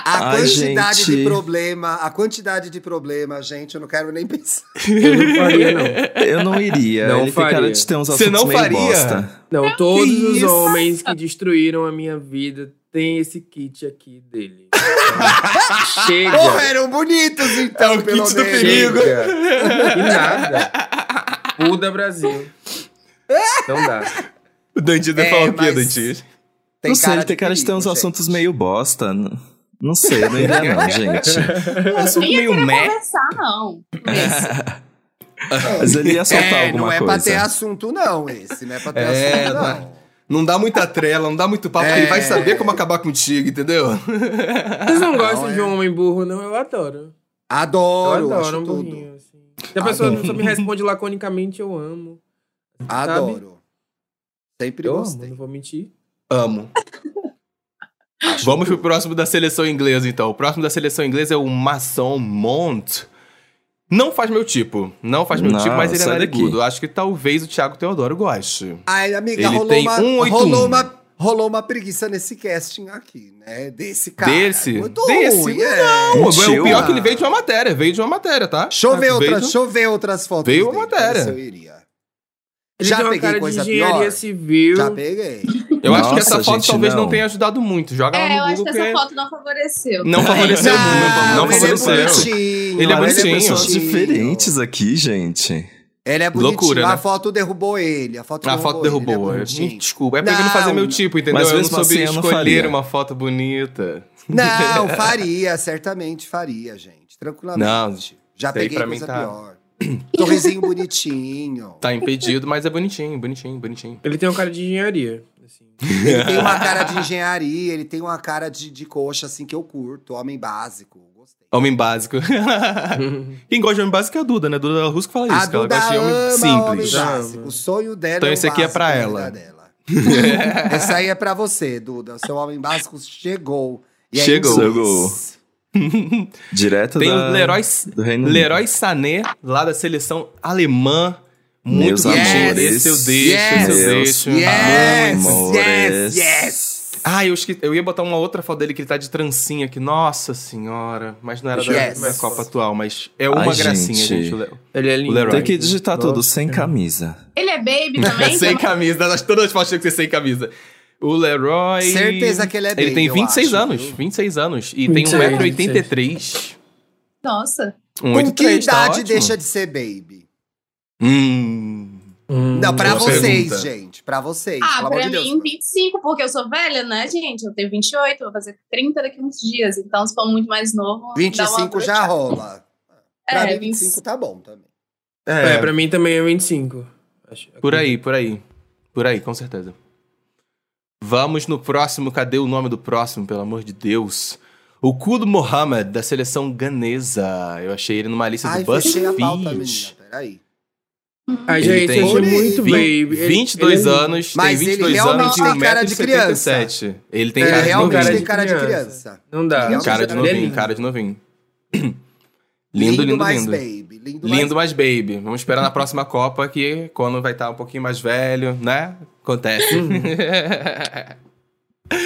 [SPEAKER 3] a
[SPEAKER 1] Ai,
[SPEAKER 3] quantidade de
[SPEAKER 1] gente.
[SPEAKER 3] problema, a quantidade de problema, gente, eu não quero nem pensar.
[SPEAKER 4] Eu não faria, não.
[SPEAKER 1] Eu não
[SPEAKER 2] [LAUGHS]
[SPEAKER 1] iria.
[SPEAKER 4] Não
[SPEAKER 1] Ele tem cara
[SPEAKER 4] faria.
[SPEAKER 1] de ter uns
[SPEAKER 2] Você
[SPEAKER 1] assuntos
[SPEAKER 2] não
[SPEAKER 1] meio
[SPEAKER 2] faria?
[SPEAKER 1] bosta.
[SPEAKER 4] Não, todos os
[SPEAKER 3] isso?
[SPEAKER 4] homens que destruíram a minha vida têm esse kit aqui dele. Chega.
[SPEAKER 3] Porra, eram bonitos então,
[SPEAKER 2] É o
[SPEAKER 3] pelo
[SPEAKER 2] kit do
[SPEAKER 3] menos.
[SPEAKER 2] perigo.
[SPEAKER 4] Chega. E nada. Puda Brasil. Não dá.
[SPEAKER 2] O Dantinho
[SPEAKER 3] É,
[SPEAKER 2] falou o quê,
[SPEAKER 3] mas-
[SPEAKER 2] Dantinho?
[SPEAKER 3] Tem
[SPEAKER 1] não sei, ele tem cara de ter
[SPEAKER 3] perigo,
[SPEAKER 1] uns
[SPEAKER 3] gente.
[SPEAKER 1] assuntos meio bosta. N- Não sei, eu não iria não, gente.
[SPEAKER 2] Um assunto
[SPEAKER 5] Nem ia
[SPEAKER 2] meio
[SPEAKER 5] querer
[SPEAKER 2] meh.
[SPEAKER 5] conversar, não.
[SPEAKER 2] [LAUGHS]
[SPEAKER 5] Esse.
[SPEAKER 1] Mas ele ia soltar
[SPEAKER 3] É,
[SPEAKER 1] alguma
[SPEAKER 3] não é pra ter
[SPEAKER 1] coisa.
[SPEAKER 3] assunto não esse, não é pra ter
[SPEAKER 2] É,
[SPEAKER 3] assunto
[SPEAKER 2] não é.
[SPEAKER 3] não.
[SPEAKER 2] Não dá muita trela, não dá muito papo,
[SPEAKER 3] É.
[SPEAKER 2] porque ele vai saber como acabar contigo, entendeu?
[SPEAKER 4] Vocês não
[SPEAKER 3] Não,
[SPEAKER 4] gostam de
[SPEAKER 3] é.
[SPEAKER 4] um homem burro, não? Eu adoro. Eu
[SPEAKER 3] Adoro,
[SPEAKER 4] adoro
[SPEAKER 3] acho
[SPEAKER 4] um
[SPEAKER 3] tudo.
[SPEAKER 4] burrinho, assim. Se a pessoa
[SPEAKER 3] Adoro.
[SPEAKER 4] só me responde laconicamente, eu amo.
[SPEAKER 3] Adoro. Sempre
[SPEAKER 4] Eu amo,
[SPEAKER 3] gostei.
[SPEAKER 4] não vou mentir.
[SPEAKER 2] Amo. Vamos pro próximo da seleção inglesa, então. O próximo da seleção inglesa é o Mason Mount. Não faz meu tipo. Não faz meu
[SPEAKER 1] Não,
[SPEAKER 2] tipo, mas ele é
[SPEAKER 1] sai daqui.
[SPEAKER 2] narigudo. Acho que talvez o Thiago Teodoro goste.
[SPEAKER 3] Ai, amiga,
[SPEAKER 2] Ele
[SPEAKER 3] rolou,
[SPEAKER 2] tem
[SPEAKER 3] uma,
[SPEAKER 2] 181.
[SPEAKER 3] rolou, uma, rolou uma preguiça nesse casting aqui, né? Desse cara.
[SPEAKER 2] Desse?
[SPEAKER 3] Muito
[SPEAKER 2] Desse?
[SPEAKER 3] ruim, é.
[SPEAKER 2] Pô,
[SPEAKER 1] Mentiu.
[SPEAKER 2] o pior é que ele veio de uma matéria. Veio de uma matéria, tá?
[SPEAKER 3] Deixa eu ver,
[SPEAKER 2] Veio
[SPEAKER 3] outras,
[SPEAKER 2] de-
[SPEAKER 3] deixa eu ver outras fotos
[SPEAKER 2] Veio a
[SPEAKER 3] dele,
[SPEAKER 2] matéria.
[SPEAKER 3] pra ver se eu iria.
[SPEAKER 4] Ele
[SPEAKER 3] Já
[SPEAKER 4] tem uma
[SPEAKER 3] peguei
[SPEAKER 4] cara de
[SPEAKER 3] coisa
[SPEAKER 4] engenharia
[SPEAKER 3] pior?
[SPEAKER 4] civil.
[SPEAKER 3] Já peguei.
[SPEAKER 2] Eu acho que
[SPEAKER 1] Nossa,
[SPEAKER 2] essa foto
[SPEAKER 1] gente,
[SPEAKER 2] talvez não.
[SPEAKER 1] não
[SPEAKER 2] tenha ajudado muito. Joga
[SPEAKER 5] É, eu
[SPEAKER 2] lá no
[SPEAKER 5] acho que
[SPEAKER 2] Google Hum.
[SPEAKER 5] essa
[SPEAKER 2] que
[SPEAKER 5] foto não favoreceu.
[SPEAKER 2] não
[SPEAKER 4] é
[SPEAKER 2] favoreceu,
[SPEAKER 3] Ah,
[SPEAKER 2] não, não
[SPEAKER 3] mas ele é
[SPEAKER 2] favoreceu.
[SPEAKER 3] bonitinho,
[SPEAKER 2] Ele é
[SPEAKER 3] mas
[SPEAKER 1] Tem
[SPEAKER 2] bonitinho.
[SPEAKER 1] pessoas
[SPEAKER 3] bonitinho.
[SPEAKER 1] diferentes aqui, gente.
[SPEAKER 3] Ele é bonitinho.
[SPEAKER 2] Loucura,
[SPEAKER 3] a
[SPEAKER 2] né?
[SPEAKER 3] foto derrubou ele. A foto
[SPEAKER 2] A foto
[SPEAKER 3] derrubou ele,
[SPEAKER 2] derrubou.
[SPEAKER 3] ele é
[SPEAKER 2] Me
[SPEAKER 3] bonitinho.
[SPEAKER 2] Desculpa. É porque eu não fazia
[SPEAKER 3] Não,
[SPEAKER 2] meu
[SPEAKER 3] não.
[SPEAKER 2] tipo, entendeu?
[SPEAKER 1] Mas
[SPEAKER 2] eu não
[SPEAKER 1] mesmo
[SPEAKER 2] soube
[SPEAKER 1] assim, eu não
[SPEAKER 2] escolher
[SPEAKER 1] faria.
[SPEAKER 2] uma foto bonita. [LAUGHS]
[SPEAKER 3] Não, faria, certamente faria, gente. Tranquilamente. Já
[SPEAKER 2] isso aí
[SPEAKER 3] peguei
[SPEAKER 2] pra mim
[SPEAKER 3] coisa
[SPEAKER 2] tá-
[SPEAKER 3] pior. Sorrisinho
[SPEAKER 2] [LAUGHS]
[SPEAKER 3] bonitinho.
[SPEAKER 2] Tá impedido, mas é bonitinho, bonitinho, bonitinho.
[SPEAKER 4] Ele tem uma cara de engenharia. assim.
[SPEAKER 3] Ele tem uma cara de engenharia, ele tem uma cara de, de coxa, assim, que eu curto. Homem básico. Gostei.
[SPEAKER 2] Homem básico. Quem gosta de homem básico é a Duda, né? Duda Russo que fala isso.
[SPEAKER 3] A
[SPEAKER 2] que ela
[SPEAKER 3] Duda
[SPEAKER 2] gosta de homem
[SPEAKER 3] ama homem
[SPEAKER 2] simples.
[SPEAKER 4] Já
[SPEAKER 3] básico.
[SPEAKER 4] ama.
[SPEAKER 3] O sonho dela
[SPEAKER 2] Então
[SPEAKER 3] é o
[SPEAKER 2] esse aqui é
[SPEAKER 3] básico
[SPEAKER 2] pra
[SPEAKER 3] da
[SPEAKER 2] ela.
[SPEAKER 3] vida dela. [LAUGHS] Essa aí é pra você, Duda. O seu homem básico chegou. E aí,
[SPEAKER 2] Chegou.
[SPEAKER 1] Chegou. Direto
[SPEAKER 2] Tem
[SPEAKER 1] da,
[SPEAKER 2] o Leroy,
[SPEAKER 1] do Reino Unido.
[SPEAKER 2] Leroy Sané, lá da seleção alemã. Muito
[SPEAKER 1] Meus
[SPEAKER 2] bonitinho.
[SPEAKER 1] amores.
[SPEAKER 2] Esse eu deixo, esse eu
[SPEAKER 1] Meus
[SPEAKER 2] deixo.
[SPEAKER 3] Yes,
[SPEAKER 1] amores.
[SPEAKER 3] yes, yes.
[SPEAKER 2] Ah, eu, esque... eu ia botar uma outra foto dele que ele tá de trancinha aqui. Nossa senhora. Mas não era
[SPEAKER 3] Yes.
[SPEAKER 2] da, da Copa atual, mas é uma
[SPEAKER 1] Ai,
[SPEAKER 2] gracinha,
[SPEAKER 1] gente.
[SPEAKER 2] gente. o Leo.
[SPEAKER 4] Ele é lindo.
[SPEAKER 2] Leroy.
[SPEAKER 1] Tem que digitar tudo sem
[SPEAKER 4] camisa.
[SPEAKER 1] camisa.
[SPEAKER 5] Ele é
[SPEAKER 2] [LAUGHS]
[SPEAKER 5] baby também?
[SPEAKER 2] sem
[SPEAKER 5] Sem
[SPEAKER 3] então.
[SPEAKER 2] camisa. Nas- Todas as fotos tinham que ser sem camisa. O Leroy.
[SPEAKER 3] Certeza que ele é
[SPEAKER 2] Ele tem
[SPEAKER 3] baby, eu
[SPEAKER 2] 26
[SPEAKER 3] acho,
[SPEAKER 2] anos.
[SPEAKER 3] viu?
[SPEAKER 2] 26 anos. E
[SPEAKER 4] 26,
[SPEAKER 2] tem 1,83m.
[SPEAKER 5] Nossa.
[SPEAKER 3] Com
[SPEAKER 2] 1,83m.
[SPEAKER 3] que
[SPEAKER 2] tá
[SPEAKER 3] idade
[SPEAKER 2] ótimo.
[SPEAKER 3] deixa de ser baby?
[SPEAKER 2] Hum.
[SPEAKER 4] Hum.
[SPEAKER 3] Não, pra
[SPEAKER 2] boa
[SPEAKER 3] vocês,
[SPEAKER 2] pergunta.
[SPEAKER 3] gente. Pra vocês.
[SPEAKER 5] Ah,
[SPEAKER 3] pelo amor
[SPEAKER 5] pra
[SPEAKER 3] de Deus.
[SPEAKER 5] mim, 25, porque eu sou velha, né, gente? Eu tenho 28, vou fazer 30 daqui a uns dias. Então, se for muito mais novo. dá uma
[SPEAKER 3] 25 já
[SPEAKER 5] brochada.
[SPEAKER 3] rola. Pra
[SPEAKER 5] É,
[SPEAKER 3] mim, 25 tá bom também.
[SPEAKER 4] É,
[SPEAKER 2] É,
[SPEAKER 4] pra mim também é 25. Acho-
[SPEAKER 2] por aí, por aí. Por aí, com certeza. Vamos no próximo. Cadê o nome do próximo, pelo amor de Deus? O Kudo Mohamed, da seleção ganesa. Eu achei ele numa lista
[SPEAKER 3] Ai,
[SPEAKER 2] é do BuzzFeed.
[SPEAKER 3] fechei a pauta, menina. Peraí.
[SPEAKER 4] Ai, gente,
[SPEAKER 2] tem
[SPEAKER 4] eu achei muito
[SPEAKER 2] vin-
[SPEAKER 4] baby. Ele-
[SPEAKER 2] 22
[SPEAKER 4] ele é lindo.
[SPEAKER 2] anos,
[SPEAKER 3] Mas
[SPEAKER 2] tem
[SPEAKER 3] ele
[SPEAKER 2] 22
[SPEAKER 3] realmente
[SPEAKER 2] anos e
[SPEAKER 3] tem cara de
[SPEAKER 2] 1,77 m. Ele tem
[SPEAKER 4] É,
[SPEAKER 2] cara de
[SPEAKER 3] realmente
[SPEAKER 2] novinho.
[SPEAKER 3] tem cara de
[SPEAKER 4] Criança.
[SPEAKER 3] criança.
[SPEAKER 4] Não dá.
[SPEAKER 3] Tem
[SPEAKER 2] um Cara de
[SPEAKER 4] Ele é
[SPEAKER 2] novinho,
[SPEAKER 4] lindo.
[SPEAKER 2] cara de novinho. [CLEARS THROAT] Lindo, lindo,
[SPEAKER 3] mais
[SPEAKER 2] lindo.
[SPEAKER 3] baby. Lindo,
[SPEAKER 2] Lindo mais
[SPEAKER 3] mais...
[SPEAKER 2] baby. Vamos esperar na próxima Copa que quando vai estar um pouquinho mais velho, né? Acontece.
[SPEAKER 3] Hum. Que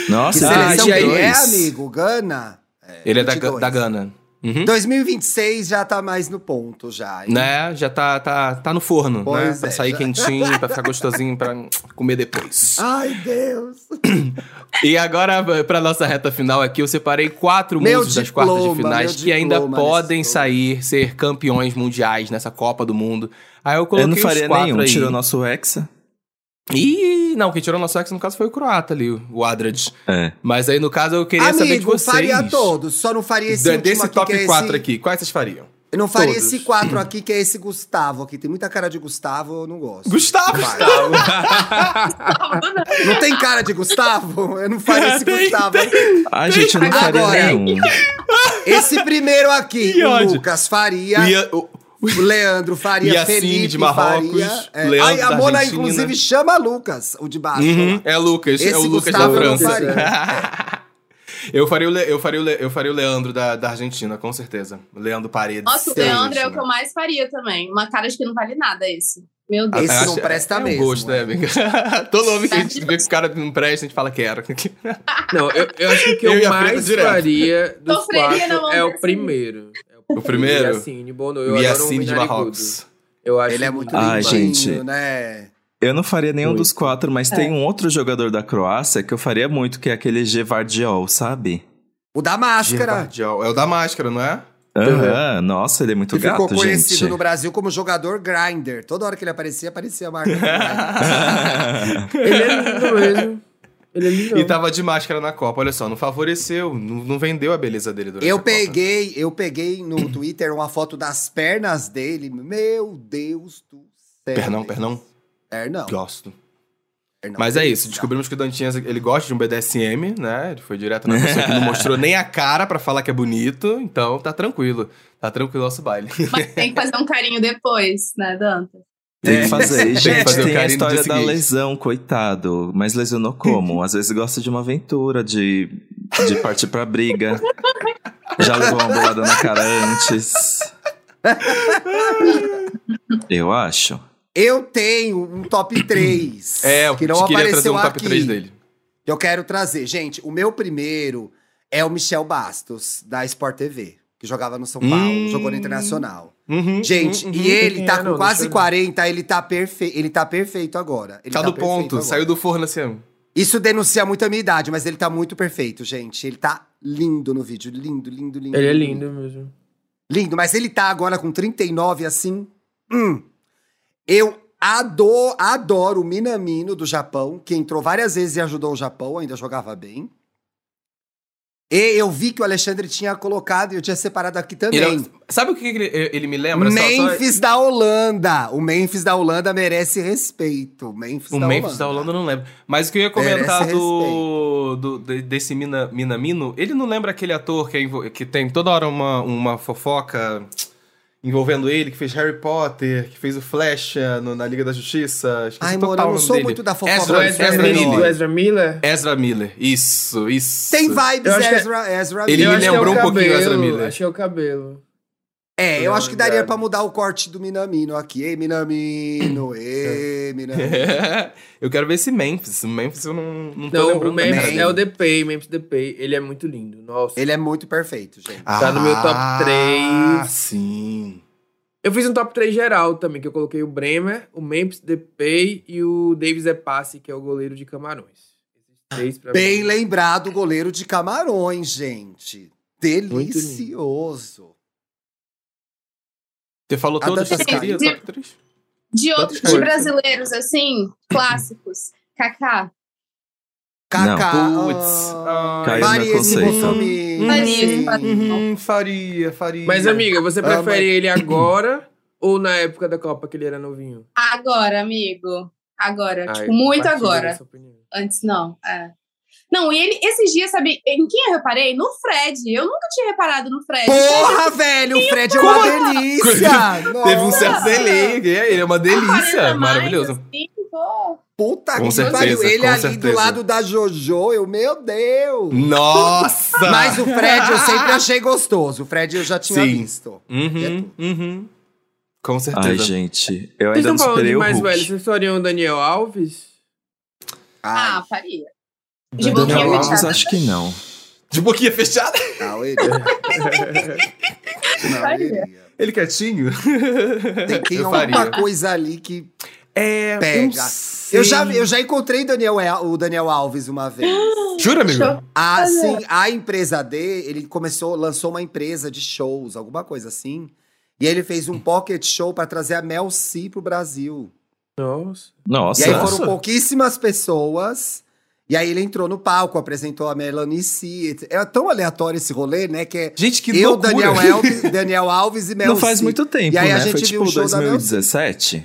[SPEAKER 1] Nossa,
[SPEAKER 3] seleção
[SPEAKER 2] Ah, e aí,
[SPEAKER 3] que é,
[SPEAKER 2] dois.
[SPEAKER 3] amigo? Gana?
[SPEAKER 2] [LAUGHS] Ele é da,
[SPEAKER 3] 22.
[SPEAKER 2] da Gana. Uhum.
[SPEAKER 3] 2026 já tá mais no ponto, já. hein?
[SPEAKER 2] Né? Já tá, tá, tá no forno, né?
[SPEAKER 3] Pois
[SPEAKER 2] Pra
[SPEAKER 3] é,
[SPEAKER 2] sair
[SPEAKER 3] já. Ah,
[SPEAKER 2] quentinho, pra ficar gostosinho, pra comer depois.
[SPEAKER 3] Ai, Deus.
[SPEAKER 2] E agora, pra nossa reta final aqui, eu separei quatro
[SPEAKER 3] Meu
[SPEAKER 2] músicos das quartas de
[SPEAKER 3] diploma,
[SPEAKER 2] finais
[SPEAKER 3] meu
[SPEAKER 2] que ainda
[SPEAKER 3] diploma nesse
[SPEAKER 2] podem
[SPEAKER 3] jogo.
[SPEAKER 2] sair, ser campeões mundiais nessa Copa do Mundo. Aí eu coloquei
[SPEAKER 1] eu não
[SPEAKER 2] os
[SPEAKER 1] faria
[SPEAKER 2] quatro
[SPEAKER 1] nenhum.
[SPEAKER 2] aí.
[SPEAKER 1] Tirou nosso Hexa.
[SPEAKER 2] Ih, não, quem tirou nosso ex no caso foi o croata ali, o Adrad.
[SPEAKER 1] É.
[SPEAKER 2] Mas aí, no caso, eu queria saber de
[SPEAKER 3] Amigo,
[SPEAKER 2] vocês.
[SPEAKER 3] faria todos. Só não faria esse
[SPEAKER 2] De-
[SPEAKER 3] último
[SPEAKER 2] desse
[SPEAKER 3] aqui,
[SPEAKER 2] top
[SPEAKER 3] que é esse-
[SPEAKER 2] 4 aqui, quais vocês fariam?
[SPEAKER 3] Eu não faria
[SPEAKER 4] Todos.
[SPEAKER 3] esse 4 aqui, que é esse Gustavo aqui. Tem muita cara de Gustavo, eu não gosto.
[SPEAKER 2] Gustavo!
[SPEAKER 3] Vai.
[SPEAKER 5] [LAUGHS] Não,
[SPEAKER 3] [LAUGHS] Não tem cara de Gustavo? Eu não faria
[SPEAKER 2] [LAUGHS]
[SPEAKER 3] esse
[SPEAKER 2] Tem,
[SPEAKER 3] Gustavo.
[SPEAKER 1] Ai, Ah, gente, eu não
[SPEAKER 3] Agora.
[SPEAKER 1] faria nenhum.
[SPEAKER 3] Esse primeiro aqui,
[SPEAKER 2] Que
[SPEAKER 3] o
[SPEAKER 2] ódio.
[SPEAKER 3] Lucas faria.
[SPEAKER 2] O Ian- o-
[SPEAKER 3] O Leandro faria,
[SPEAKER 2] Iacine
[SPEAKER 3] Felipe
[SPEAKER 2] de Marrocos,
[SPEAKER 3] faria. É.
[SPEAKER 2] Leandro
[SPEAKER 3] Ai, a
[SPEAKER 2] da
[SPEAKER 3] Mona,
[SPEAKER 2] Argentina.
[SPEAKER 3] inclusive, chama Lucas, o de baixo.
[SPEAKER 2] Uhum,
[SPEAKER 3] lá.
[SPEAKER 2] é Lucas,
[SPEAKER 3] Ah, Esse
[SPEAKER 2] é o Lucas
[SPEAKER 3] Gustavo
[SPEAKER 2] da
[SPEAKER 3] eu não
[SPEAKER 2] França. [LAUGHS] Eu faria, o Le- eu, faria o Le- eu faria o Leandro da, da Argentina, com certeza. O Leandro Paredes. né?
[SPEAKER 5] Nossa, o
[SPEAKER 2] da
[SPEAKER 5] Leandro é o que
[SPEAKER 2] Argentina.
[SPEAKER 5] eu mais faria também. Uma cara de que não vale nada esse. Meu
[SPEAKER 2] Ah,
[SPEAKER 5] Deus.
[SPEAKER 3] Esse
[SPEAKER 2] eu
[SPEAKER 3] não
[SPEAKER 2] acho-
[SPEAKER 3] presta
[SPEAKER 2] é
[SPEAKER 3] mesmo,
[SPEAKER 2] Um gosto, né,
[SPEAKER 3] é.
[SPEAKER 2] amiga? [LAUGHS] Todo homem que a gente vê que o cara não presta, a gente fala quero.
[SPEAKER 4] Não, eu, eu acho que o que
[SPEAKER 2] Eu
[SPEAKER 4] eu,
[SPEAKER 2] ia preto
[SPEAKER 4] mais
[SPEAKER 2] direto.
[SPEAKER 4] faria dos
[SPEAKER 5] Sofreria na mão
[SPEAKER 4] quatro é o
[SPEAKER 5] desse.
[SPEAKER 4] primeiro. é
[SPEAKER 2] O primeiro?
[SPEAKER 3] Assim,
[SPEAKER 4] Yassine Bono. Eu
[SPEAKER 2] O
[SPEAKER 4] adoro um
[SPEAKER 2] Yacine de
[SPEAKER 4] narigudo.
[SPEAKER 2] Marrocos.
[SPEAKER 4] Eu acho
[SPEAKER 3] Ele é muito
[SPEAKER 1] Ai,
[SPEAKER 3] lindinho,
[SPEAKER 1] gente.
[SPEAKER 3] né?
[SPEAKER 1] Eu não faria nenhum
[SPEAKER 4] Muito.
[SPEAKER 1] dos quatro,
[SPEAKER 3] É.
[SPEAKER 1] mas tem um outro jogador da Croácia que eu faria muito, que é aquele Gevardiol, sabe?
[SPEAKER 3] O da máscara.
[SPEAKER 2] Gervardiol. É o da máscara, não é?
[SPEAKER 1] Aham, nossa, ele é muito
[SPEAKER 3] Que
[SPEAKER 1] gato,
[SPEAKER 3] ficou conhecido
[SPEAKER 1] gente.
[SPEAKER 3] no Brasil como jogador grinder. Toda hora que ele aparecia, aparecia a marca.
[SPEAKER 2] [LAUGHS]
[SPEAKER 3] Grindr.
[SPEAKER 4] Ele é lindo mesmo. Ele é lindo.
[SPEAKER 2] E tá tava de máscara na Copa, olha só, não favoreceu, não, não vendeu a beleza dele durante a
[SPEAKER 3] Eu
[SPEAKER 2] Copa.
[SPEAKER 3] peguei, eu peguei no Twitter uma foto das pernas dele. Meu Deus do céu.
[SPEAKER 2] Pernão, pernão.
[SPEAKER 3] Pernão.
[SPEAKER 2] Gosto.
[SPEAKER 3] pernão.
[SPEAKER 2] Mas é isso, descobrimos que o Dantinhas, ele gosta de um BDSM, né? Ele foi direto na pessoa que não mostrou nem a cara pra falar que é bonito, então tá tranquilo. Tá tranquilo o nosso baile.
[SPEAKER 5] Mas tem que fazer um carinho depois, né, Danta?
[SPEAKER 1] [LAUGHS] Tem
[SPEAKER 2] É.
[SPEAKER 1] que fazer,
[SPEAKER 2] Tem que
[SPEAKER 1] gente. Tem,
[SPEAKER 2] fazer o
[SPEAKER 1] a
[SPEAKER 2] carinho no dia
[SPEAKER 1] história da
[SPEAKER 2] seguinte.
[SPEAKER 1] lesão, coitado. Mas lesionou como? Às vezes gosta de uma aventura, de, de partir pra briga. Já levou uma bolada na cara antes. Eu acho.
[SPEAKER 3] Eu tenho um top 3.
[SPEAKER 2] É, eu
[SPEAKER 3] que não
[SPEAKER 2] queria trazer
[SPEAKER 3] apareceu
[SPEAKER 2] um top
[SPEAKER 3] aqui.
[SPEAKER 2] 3 dele.
[SPEAKER 3] que Eu quero trazer. Gente, o meu primeiro é o Michel Bastos, da Sport TV, que jogava no São Paulo,
[SPEAKER 2] Hum.
[SPEAKER 3] jogou no Internacional.
[SPEAKER 2] Uhum,
[SPEAKER 3] Gente,
[SPEAKER 2] uhum, uhum.
[SPEAKER 3] e ele tá
[SPEAKER 4] É,
[SPEAKER 3] com
[SPEAKER 4] não, deixa
[SPEAKER 3] quase
[SPEAKER 4] eu ver.
[SPEAKER 3] 40, ele tá, perfe... ele tá perfeito agora. Ele
[SPEAKER 2] Tá do
[SPEAKER 3] perfeito
[SPEAKER 2] ponto,
[SPEAKER 3] agora.
[SPEAKER 2] saiu do forno assim.
[SPEAKER 3] Isso denuncia muito a minha idade, mas ele tá muito perfeito, gente. Ele tá lindo no vídeo. Lindo, lindo, lindo.
[SPEAKER 4] Ele é lindo mesmo.
[SPEAKER 3] Lindo, mas ele tá agora com 39, assim. Hum. Eu adoro, adoro o Minamino do Japão, que entrou várias vezes e ajudou o Japão, ainda jogava bem. E eu vi que o Alexandre tinha colocado e eu tinha separado aqui também.
[SPEAKER 2] Ele é- sabe o que que ele, eh, ele me lembra? Só- só-
[SPEAKER 3] Memphis da Holanda. O Memphis da Holanda merece respeito. O Memphis,
[SPEAKER 2] O
[SPEAKER 3] da,
[SPEAKER 2] Memphis da Holanda eu não lembro. Mas o que eu ia comentar
[SPEAKER 3] tá Merece
[SPEAKER 2] do, do- de- desse Mina, Minamino, ele não lembra aquele ator que, é envol- que tem toda hora uma, uma fofoca envolvendo ele, que fez Harry Potter, que fez o Flash eh, no- na Liga da Justiça. Esqueci
[SPEAKER 3] Ai,
[SPEAKER 2] é total
[SPEAKER 3] mano, eu
[SPEAKER 2] o
[SPEAKER 3] não
[SPEAKER 2] nome
[SPEAKER 3] sou
[SPEAKER 2] dele.
[SPEAKER 3] muito da fofoca.
[SPEAKER 2] Ezra,
[SPEAKER 4] O
[SPEAKER 3] Não,
[SPEAKER 4] Ezra,
[SPEAKER 2] Ezra
[SPEAKER 3] Miller.
[SPEAKER 4] Miller. O
[SPEAKER 2] Miller.
[SPEAKER 4] Ezra Miller?
[SPEAKER 2] Ezra Miller, isso, isso.
[SPEAKER 3] Tem vibes
[SPEAKER 4] Eu acho que é-
[SPEAKER 3] Ezra, Ezra
[SPEAKER 2] Ele
[SPEAKER 4] Eu
[SPEAKER 2] me
[SPEAKER 4] acho que é o
[SPEAKER 2] lembrou um pouquinho o Ezra
[SPEAKER 4] cabelo,
[SPEAKER 2] Miller.
[SPEAKER 4] Achei o cabelo.
[SPEAKER 3] É, eu
[SPEAKER 4] Não,
[SPEAKER 3] acho que daria
[SPEAKER 4] verdade.
[SPEAKER 3] pra mudar o corte do Minamino aqui. Ei,
[SPEAKER 2] [LAUGHS]
[SPEAKER 3] Minamino, ei, Minamino.
[SPEAKER 2] [LAUGHS] eu quero ver esse Memphis. O Memphis eu não, não tô
[SPEAKER 4] Não,
[SPEAKER 2] lembrando.
[SPEAKER 4] o Memphis
[SPEAKER 2] também.
[SPEAKER 4] é o DP, Memphis DP. Ele é muito lindo. Nossa.
[SPEAKER 3] Ele é muito perfeito, gente.
[SPEAKER 4] Tá no meu top
[SPEAKER 2] Ah,
[SPEAKER 4] três.
[SPEAKER 2] sim.
[SPEAKER 4] Eu fiz um top 3 geral também, que eu coloquei o Bremer, o Memphis Depay e o Davis Epasse, que é o goleiro de Camarões. Esses três pra
[SPEAKER 3] Ah, Bem
[SPEAKER 4] mim.
[SPEAKER 3] lembrado, goleiro de Camarões, gente.
[SPEAKER 4] lindo.
[SPEAKER 3] Delicioso.
[SPEAKER 2] Você falou
[SPEAKER 3] Ah,
[SPEAKER 2] todos,
[SPEAKER 3] tá
[SPEAKER 2] você queria
[SPEAKER 5] certo.
[SPEAKER 2] top 3?
[SPEAKER 5] De outros
[SPEAKER 4] Tantas
[SPEAKER 5] de
[SPEAKER 4] coisas.
[SPEAKER 5] brasileiros, assim,
[SPEAKER 3] [CLEARS THROAT]
[SPEAKER 5] clássicos. Kaká.
[SPEAKER 3] Kaká.
[SPEAKER 2] Putz.
[SPEAKER 3] ah,
[SPEAKER 1] Caiu
[SPEAKER 3] Varia
[SPEAKER 1] meu
[SPEAKER 3] esse
[SPEAKER 1] conceito.
[SPEAKER 3] Bolsonaro.
[SPEAKER 5] Varia, varia.
[SPEAKER 2] Uhum, faria, faria.
[SPEAKER 4] Mas, amiga, você
[SPEAKER 3] Ah,
[SPEAKER 4] prefere ele agora [CLEARS THROAT] ou na época da Copa que ele era novinho?
[SPEAKER 5] Agora, amigo. Agora.
[SPEAKER 4] Ai,
[SPEAKER 5] tipo, muito
[SPEAKER 4] partilha
[SPEAKER 5] agora.
[SPEAKER 4] dessa opinião.
[SPEAKER 5] Antes não. é. Não, e ele, esses dias, sabe, em quem eu reparei? No Fred. Eu nunca tinha reparado no Fred.
[SPEAKER 3] Porra, velho, o Fred é uma delícia!
[SPEAKER 2] [LAUGHS] Teve um
[SPEAKER 3] Nossa.
[SPEAKER 2] certo delay, ele é uma delícia,
[SPEAKER 5] 40 mais,
[SPEAKER 2] maravilhoso.
[SPEAKER 5] assim, pô.
[SPEAKER 3] Puta
[SPEAKER 2] Com
[SPEAKER 3] que
[SPEAKER 2] certeza,
[SPEAKER 3] pariu. Ele
[SPEAKER 2] com
[SPEAKER 3] ali do
[SPEAKER 2] certeza.
[SPEAKER 3] lado da JoJo, eu, meu Deus!
[SPEAKER 2] Nossa!
[SPEAKER 3] Mas o Fred eu sempre achei gostoso. O Fred eu já tinha
[SPEAKER 2] Sim.
[SPEAKER 3] visto.
[SPEAKER 2] Uhum, uhum. Com certeza.
[SPEAKER 1] Ai, gente, eu
[SPEAKER 4] Vocês
[SPEAKER 1] ainda
[SPEAKER 4] estão
[SPEAKER 1] não
[SPEAKER 4] falando
[SPEAKER 1] esperei
[SPEAKER 4] de
[SPEAKER 1] o
[SPEAKER 4] mais
[SPEAKER 1] Hulk.
[SPEAKER 4] velho. Vocês fariam o Daniel Alves?
[SPEAKER 3] Ai,
[SPEAKER 5] Ah, faria.
[SPEAKER 2] Daniel
[SPEAKER 5] De boquinha
[SPEAKER 1] Daniel Alves,
[SPEAKER 5] fechada.
[SPEAKER 1] acho que não.
[SPEAKER 2] De boquinha fechada?
[SPEAKER 3] não, ele. não, ele iria.
[SPEAKER 2] Ele quietinho?
[SPEAKER 3] Tem, tem
[SPEAKER 2] eu
[SPEAKER 3] alguma
[SPEAKER 2] faria.
[SPEAKER 3] coisa ali que
[SPEAKER 2] É, eu
[SPEAKER 3] pega.
[SPEAKER 2] sei.
[SPEAKER 3] Eu já, eu já encontrei Daniel El- o Daniel Alves uma vez.
[SPEAKER 2] Jura, amigo?
[SPEAKER 5] Show.
[SPEAKER 3] A,
[SPEAKER 5] Olha.
[SPEAKER 3] sim, a empresa dele, ele começou, lançou uma empresa de shows, alguma coisa assim. E ele fez um pocket show pra trazer a Mel C pro Brasil.
[SPEAKER 4] Nossa.
[SPEAKER 1] Nossa,
[SPEAKER 3] E aí
[SPEAKER 2] Nossa.
[SPEAKER 3] foram pouquíssimas pessoas. E aí ele entrou no palco, apresentou a Melanie C. É tão aleatório esse rolê, né? Que é
[SPEAKER 2] Gente, que
[SPEAKER 3] eu,
[SPEAKER 2] loucura. [LAUGHS]
[SPEAKER 3] Daniel Alves, Daniel Alves e Mel
[SPEAKER 1] não faz
[SPEAKER 3] C.
[SPEAKER 1] muito tempo,
[SPEAKER 3] E aí a
[SPEAKER 1] né? Foi
[SPEAKER 3] gente viu o
[SPEAKER 1] tipo
[SPEAKER 3] show da Mel C.
[SPEAKER 1] 2017.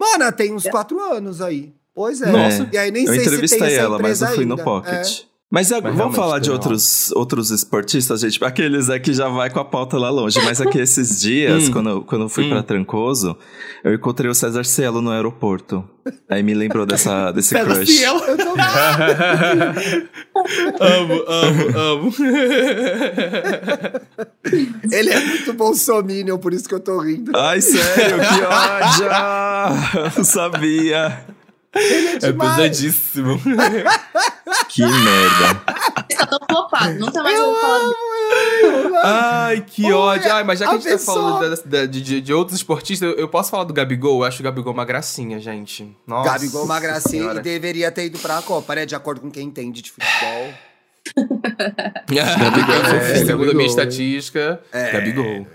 [SPEAKER 3] Mano, tem uns quatro anos aí. Pois é.
[SPEAKER 1] Nossa.
[SPEAKER 3] E aí nem
[SPEAKER 1] Eu
[SPEAKER 3] sei se tem
[SPEAKER 1] entrevistei
[SPEAKER 3] essa
[SPEAKER 1] ela, mas
[SPEAKER 3] empresa
[SPEAKER 1] eu fui no
[SPEAKER 3] ainda. É.
[SPEAKER 1] Pocket. Mas, agora,
[SPEAKER 2] Mas
[SPEAKER 1] vamos
[SPEAKER 2] realmente,
[SPEAKER 1] falar de
[SPEAKER 2] Daniel
[SPEAKER 1] outros, outros esportistas, gente. Aqueles é que já vai com a pauta lá longe. Mas
[SPEAKER 3] [LAUGHS]
[SPEAKER 1] aqui esses dias,
[SPEAKER 2] Hum.
[SPEAKER 1] quando, eu- quando eu fui
[SPEAKER 2] Hum.
[SPEAKER 1] pra Trancoso, eu encontrei o César Cielo no aeroporto. Aí me lembrou
[SPEAKER 3] [LAUGHS]
[SPEAKER 1] dessa, desse
[SPEAKER 2] Pedra
[SPEAKER 1] crush.
[SPEAKER 2] fiel.
[SPEAKER 3] É. Eu tô-
[SPEAKER 1] [LAUGHS]
[SPEAKER 2] amo, amo, amo.
[SPEAKER 3] Ele é muito bolsominion, por isso que eu tô rindo.
[SPEAKER 1] Ai, sério, que
[SPEAKER 3] [LAUGHS]
[SPEAKER 1] ódio! Não sabia.
[SPEAKER 2] [LAUGHS] é pesadíssimo.
[SPEAKER 1] Que merda.
[SPEAKER 5] Só tô tá flopado. Nunca mais vou falar dele.
[SPEAKER 2] Ai, que
[SPEAKER 3] Olha,
[SPEAKER 2] ódio. Ai, mas já que a,
[SPEAKER 3] a
[SPEAKER 2] gente
[SPEAKER 3] pessoa-
[SPEAKER 2] tá falando da- da- de, de- de outros esportistas, eu, eu posso falar do Gabigol? Eu acho o Gabigol uma gracinha, gente. Nossa.
[SPEAKER 3] Gabigol uma gracinha e
[SPEAKER 2] [LAUGHS] Senhora.
[SPEAKER 3] deveria ter ido pra Copa, né? De acordo com quem entende de futebol.
[SPEAKER 2] Gabigol,
[SPEAKER 4] É,
[SPEAKER 2] segundo a
[SPEAKER 4] Gabigol,
[SPEAKER 2] minha
[SPEAKER 4] hein?
[SPEAKER 2] estatística, Gabigol.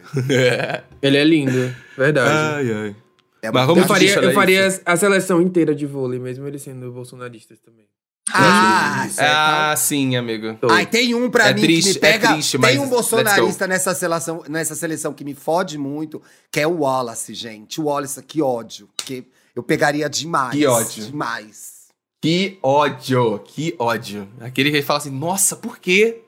[SPEAKER 4] Ele é lindo, verdade.
[SPEAKER 2] Ai, ai.
[SPEAKER 3] É
[SPEAKER 2] Mas
[SPEAKER 3] uma
[SPEAKER 2] vamos
[SPEAKER 4] Ah, eu
[SPEAKER 2] Artista,
[SPEAKER 4] faria,
[SPEAKER 2] né,
[SPEAKER 4] eu faria a seleção inteira de vôlei, mesmo ele sendo bolsonarista também.
[SPEAKER 3] Ah, certo.
[SPEAKER 2] Ah, sim, amigo.
[SPEAKER 3] Ai, tem um pra
[SPEAKER 2] É
[SPEAKER 3] mim que
[SPEAKER 2] triste,
[SPEAKER 3] me
[SPEAKER 2] é
[SPEAKER 3] pega.
[SPEAKER 2] triste, mas
[SPEAKER 3] tem um
[SPEAKER 2] let's
[SPEAKER 3] bolsonarista nessa seleção, nessa seleção que me fode muito, que é o Wallace, gente. O Wallace, que ódio. Que eu pegaria demais.
[SPEAKER 2] Que ódio.
[SPEAKER 3] Demais.
[SPEAKER 2] Que ódio, que ódio. Aquele que fala assim, nossa, por quê?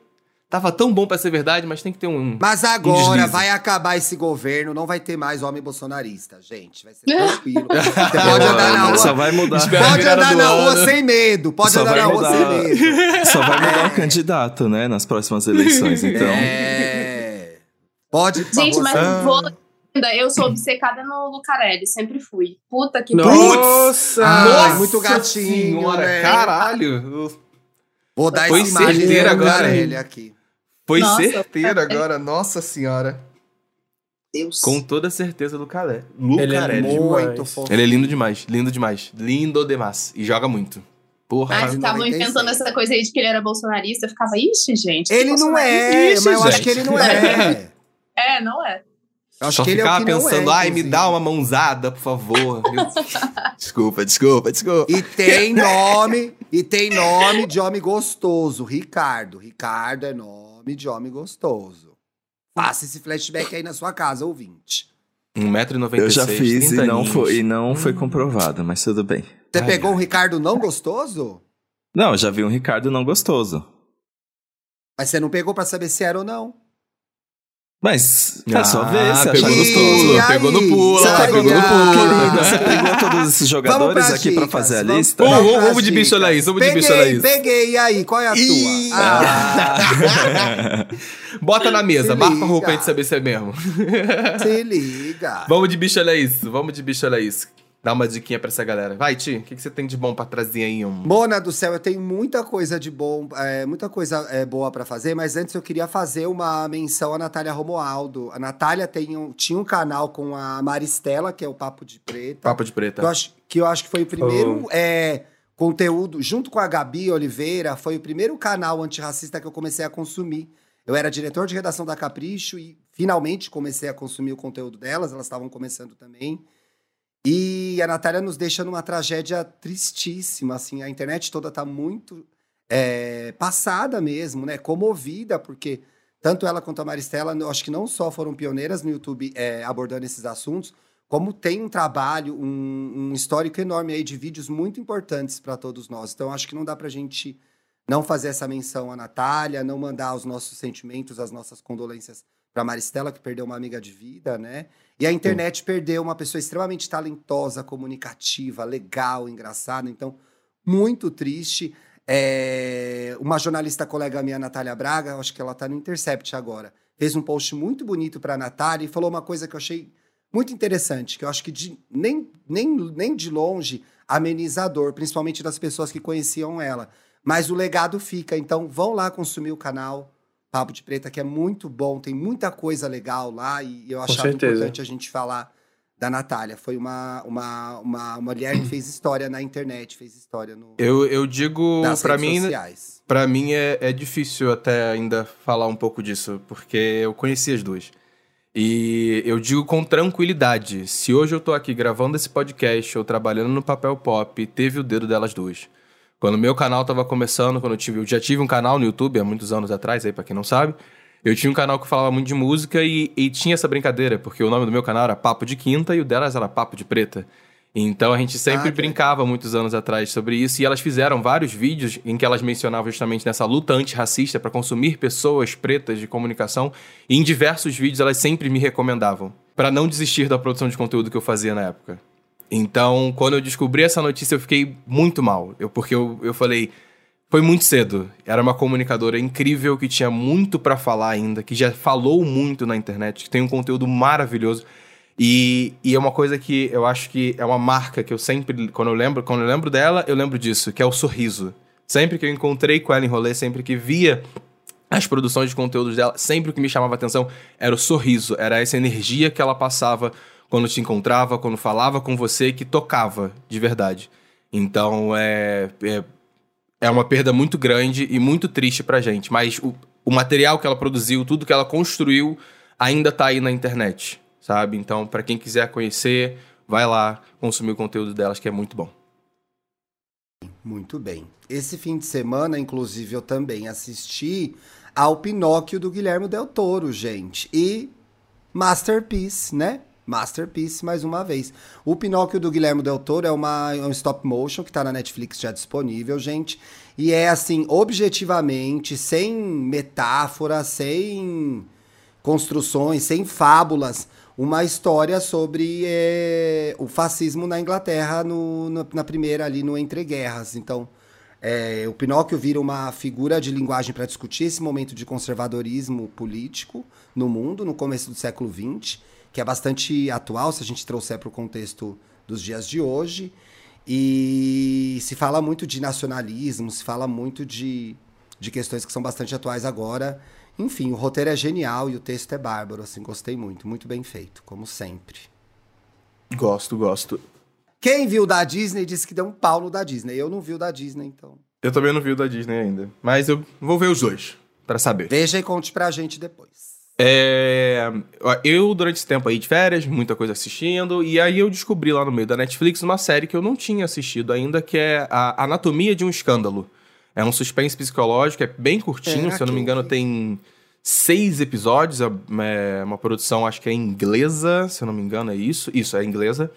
[SPEAKER 2] Tava tão bom pra ser verdade, mas tem que ter um...
[SPEAKER 3] Mas agora
[SPEAKER 2] deslize.
[SPEAKER 3] vai acabar esse governo, não vai ter mais homem bolsonarista, gente. Vai ser
[SPEAKER 5] [LAUGHS]
[SPEAKER 3] tranquilo. Você pode andar Tá, na
[SPEAKER 1] Só
[SPEAKER 3] rua.
[SPEAKER 1] vai
[SPEAKER 2] [LAUGHS]
[SPEAKER 1] mudar.
[SPEAKER 2] Espera a
[SPEAKER 3] Pode
[SPEAKER 2] virada
[SPEAKER 3] andar
[SPEAKER 2] do
[SPEAKER 3] na rua
[SPEAKER 2] ano.
[SPEAKER 3] sem medo. Pode
[SPEAKER 1] Só
[SPEAKER 3] andar
[SPEAKER 1] vai
[SPEAKER 3] na rua
[SPEAKER 1] mudar-
[SPEAKER 3] sem medo.
[SPEAKER 1] Só vai mudar o candidato, né? Nas próximas eleições, então.
[SPEAKER 3] É. Pode. por
[SPEAKER 5] Gente,
[SPEAKER 3] favor,
[SPEAKER 5] mas
[SPEAKER 3] Sam.
[SPEAKER 5] no vôlei ainda, eu sou obcecada no Lucarelli. Sempre fui. Puta que
[SPEAKER 4] Nossa!
[SPEAKER 3] Ai, muito gatinho, né?
[SPEAKER 2] caralho.
[SPEAKER 3] Vou dar
[SPEAKER 2] Foi
[SPEAKER 3] essa imagem
[SPEAKER 2] certeira
[SPEAKER 3] do
[SPEAKER 2] agora,
[SPEAKER 3] Lucarelli aqui.
[SPEAKER 2] Foi
[SPEAKER 5] Nossa.
[SPEAKER 2] certeiro agora, nossa senhora.
[SPEAKER 5] Deus.
[SPEAKER 2] Com toda certeza, Lucalé.
[SPEAKER 4] Ele é
[SPEAKER 2] Lucarelli.
[SPEAKER 4] demais.
[SPEAKER 3] Muito fofo.
[SPEAKER 2] Ele é lindo demais, lindo demais. Lindo demais. E joga muito. Porra.
[SPEAKER 5] Mas
[SPEAKER 3] Quase
[SPEAKER 5] estavam
[SPEAKER 3] 96.
[SPEAKER 5] inventando essa coisa aí de que ele era bolsonarista. Eu ficava, ixi, gente. que
[SPEAKER 3] Ele não
[SPEAKER 5] bolsonarista?"
[SPEAKER 3] é,
[SPEAKER 2] Isso,
[SPEAKER 3] mas eu acho
[SPEAKER 2] gente.
[SPEAKER 3] que ele não é.
[SPEAKER 5] É, não é.
[SPEAKER 3] Eu acho
[SPEAKER 2] Só
[SPEAKER 3] que ele é o
[SPEAKER 2] ficava
[SPEAKER 3] que não é,
[SPEAKER 2] pensando, ai, me
[SPEAKER 3] inclusive.
[SPEAKER 2] dá uma mãozada, por favor. [LAUGHS] desculpa, desculpa, desculpa.
[SPEAKER 3] E tem nome, e tem nome de homem gostoso. Ricardo. Ricardo é nome de homem gostoso. Faça esse flashback aí na sua casa, ouvinte.
[SPEAKER 2] 1,96m.
[SPEAKER 1] Eu já fiz e
[SPEAKER 2] 30
[SPEAKER 1] não,
[SPEAKER 2] aninhos. Hum.
[SPEAKER 1] foi, e não foi comprovado, mas tudo bem.
[SPEAKER 3] Você
[SPEAKER 2] Ai,
[SPEAKER 3] pegou
[SPEAKER 2] ai.
[SPEAKER 3] um Ricardo não gostoso?
[SPEAKER 1] Não, eu já vi um Ricardo não gostoso.
[SPEAKER 3] Mas você não pegou pra saber se era ou não.
[SPEAKER 1] Mas é só
[SPEAKER 2] Ah,
[SPEAKER 1] ver se
[SPEAKER 2] pegou
[SPEAKER 1] achar
[SPEAKER 2] no
[SPEAKER 1] gostoso. É,
[SPEAKER 2] pulo, pegou no
[SPEAKER 3] Ih,
[SPEAKER 2] pulo, né,
[SPEAKER 3] ai,
[SPEAKER 2] pegou no
[SPEAKER 3] ai.
[SPEAKER 2] pulo.
[SPEAKER 1] né? Você pegou todos esses jogadores
[SPEAKER 3] pras
[SPEAKER 1] aqui pra
[SPEAKER 3] dicas,
[SPEAKER 1] fazer a
[SPEAKER 3] vamos-
[SPEAKER 1] lista?
[SPEAKER 2] Ô, [LAUGHS] ô,
[SPEAKER 3] pras
[SPEAKER 2] vamos de bicho
[SPEAKER 3] dicas.
[SPEAKER 2] Laís, vamos de
[SPEAKER 3] peguei,
[SPEAKER 2] bicho Laís.
[SPEAKER 3] Peguei, e aí? Qual é a
[SPEAKER 2] Ih, ah.
[SPEAKER 3] tua? Ah,
[SPEAKER 2] [LAUGHS] Bota na mesa,
[SPEAKER 3] Se
[SPEAKER 2] marca a
[SPEAKER 3] liga.
[SPEAKER 2] roupa pra gente saber se é mesmo.
[SPEAKER 3] Ah, se liga.
[SPEAKER 2] Vamos de bicho, olha isso. Vamos de bicho, olha isso. Dá uma diquinha pra essa galera. Vai, Ti, o que, que você tem de bom pra trazer aí? Um...
[SPEAKER 3] Mona do céu, eu tenho muita coisa de bom, é, muita coisa é, boa pra fazer, mas antes eu queria fazer uma menção à Natália Romualdo. A Natália tem um- tinha um canal com a Maristela, que é o Papo de Preta.
[SPEAKER 2] Papo de
[SPEAKER 3] que, eu
[SPEAKER 2] preta.
[SPEAKER 3] acho, que eu acho que foi o primeiro é, conteúdo, junto com a Gabi Oliveira, foi o primeiro canal antirracista que eu comecei a consumir. Eu era diretor de redação da Capricho e finalmente comecei a consumir o conteúdo delas, elas estavam começando também. E a Natália nos deixa numa tragédia tristíssima, assim, a internet toda tá muito é, passada mesmo, né? Comovida, porque tanto ela quanto a Maristela, eu acho que não só foram pioneiras no YouTube é, abordando esses assuntos, como tem um trabalho, um, um histórico enorme aí de vídeos muito importantes para todos nós. Então, acho que não dá pra gente não fazer essa menção à Natália, não mandar os nossos sentimentos, as nossas condolências para Maristela, que perdeu uma amiga de vida, né? E a internet perdeu uma pessoa extremamente talentosa, comunicativa, legal, engraçada. Então, muito triste. É, uma jornalista colega minha, Natália Braga, acho que ela está no Intercept agora, fez um post muito bonito para a Natália e falou uma coisa que eu achei muito interessante, que eu acho que de, nem, nem, nem de longe amenizador, principalmente das pessoas que conheciam ela. Mas o legado fica, então vão lá consumir o canal Papo de Preta, que é muito bom, tem muita coisa legal lá e eu achava importante a gente falar da Natália. Foi uma, uma, uma, mulher que fez história na internet, fez história no.
[SPEAKER 2] Eu, eu digo, para mim. para mim é, é difícil até ainda falar um pouco disso, porque eu conheci as duas. E eu digo com tranquilidade: se hoje eu tô aqui gravando esse podcast ou trabalhando no papel pop, teve o dedo delas duas. Quando meu canal tava começando, quando eu tive. Eu já tive um canal no YouTube há muitos anos atrás, aí para quem não sabe. Eu tinha um canal que falava muito de música e, e, tinha essa brincadeira, porque o nome do meu canal era Papo de Quinta e o delas era Papo de Preta. Então a gente sempre ah, brincava muitos anos atrás sobre isso e elas fizeram vários vídeos em que elas mencionavam justamente nessa luta antirracista para consumir pessoas pretas de comunicação e em diversos vídeos elas sempre me recomendavam para não desistir da produção de conteúdo que eu fazia na época. Então, quando eu descobri essa notícia, eu fiquei muito mal, eu, porque eu, eu falei, foi muito cedo. Era uma comunicadora incrível que tinha muito para falar ainda, que já falou muito na internet, que tem um conteúdo maravilhoso. E, e, é uma coisa que eu acho que é uma marca que eu sempre, quando eu lembro, quando eu lembro dela, eu lembro disso, que é o sorriso. Sempre que eu encontrei com ela em rolê, sempre que via as produções de conteúdos dela, sempre o que me chamava atenção era o sorriso, era essa energia que ela passava quando te encontrava, quando falava com você, que tocava de verdade. Então, é, é é uma perda muito grande e muito triste pra gente. Mas o, o material que ela produziu, tudo que ela construiu, ainda tá aí na internet, sabe? Então, para quem quiser conhecer, vai lá consumir o conteúdo delas, que é muito bom.
[SPEAKER 3] Muito bem. Esse fim de semana, inclusive, eu também assisti ao Pinóquio do Guilherme Del Toro, gente. E Masterpiece, né? Masterpiece mais uma vez. O Pinóquio do Guilherme Del Toro é, uma, é um stop motion que tá na Netflix já disponível, gente. E é assim, objetivamente, sem metáfora, sem construções, sem fábulas, uma história sobre é, o fascismo na Inglaterra no, no, na primeira ali no Entre Guerras. Então, é, o Pinóquio vira uma figura de linguagem para discutir esse momento de conservadorismo político no mundo, no começo do século XX que é bastante atual se a gente trouxer para o contexto dos dias de hoje. E se fala muito de nacionalismo, se fala muito de, de questões que são bastante atuais agora. Enfim, o roteiro é genial e o texto é bárbaro, assim, gostei muito, muito bem feito, como sempre.
[SPEAKER 2] Gosto, gosto.
[SPEAKER 3] Quem viu da Disney disse que deu um paulo da Disney. Eu não vi o da Disney, então.
[SPEAKER 2] Eu também não vi o da Disney ainda. Mas eu vou ver os dois, para saber.
[SPEAKER 3] Veja e conte pra gente depois.
[SPEAKER 2] É, eu, durante esse tempo aí de férias, muita coisa assistindo, e aí eu descobri lá no meio da Netflix uma série que eu não tinha assistido ainda, que é a Anatomia de um Escândalo. É um suspense psicológico, é bem curtinho, é, se eu não me engano, tem seis episódios, é uma produção, acho que é inglesa, se eu não me engano, é isso. Isso, é inglesa.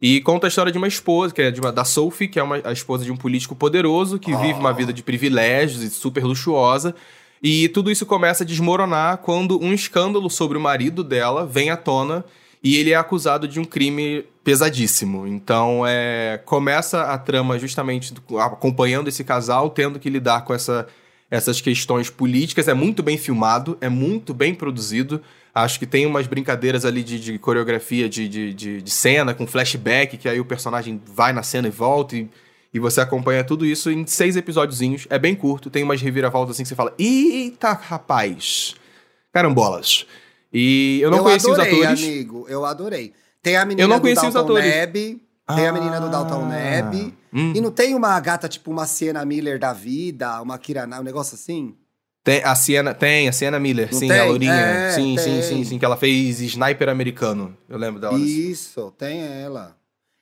[SPEAKER 2] E conta a história de uma esposa, que é de uma, da Sophie, que é uma, a esposa de um político poderoso, que oh. vive uma vida de privilégios e super luxuosa. E tudo isso começa a desmoronar quando um escândalo sobre o marido dela vem à tona e ele é acusado de um crime pesadíssimo. Então, é, começa a trama justamente acompanhando esse casal, tendo que lidar com essa, essas questões políticas. É muito bem filmado, é muito bem produzido. Acho que tem umas brincadeiras ali de, de coreografia de, de, de, cena, com flashback, que aí o personagem vai na cena e volta. E, e você acompanha tudo isso em seis episódiozinhos. É bem curto, tem umas reviravoltas assim que você fala: Eita, rapaz! Carambolas. E eu não eu conheci
[SPEAKER 3] adorei,
[SPEAKER 2] os atores.
[SPEAKER 3] amigo, eu adorei. Tem a menina eu não do Dalton os atores. Neb, ah, tem a menina do Dalton Neb. Hum. E não tem uma gata, tipo uma Sienna Miller da vida, uma Kiraná, um negócio assim?
[SPEAKER 2] Tem a Sienna, tem, a Sienna Miller, não sim, tem? a Lourinha. É, sim, sim, sim, sim, que ela fez Sniper Americano. Eu lembro dela.
[SPEAKER 3] Isso, assim. tem ela.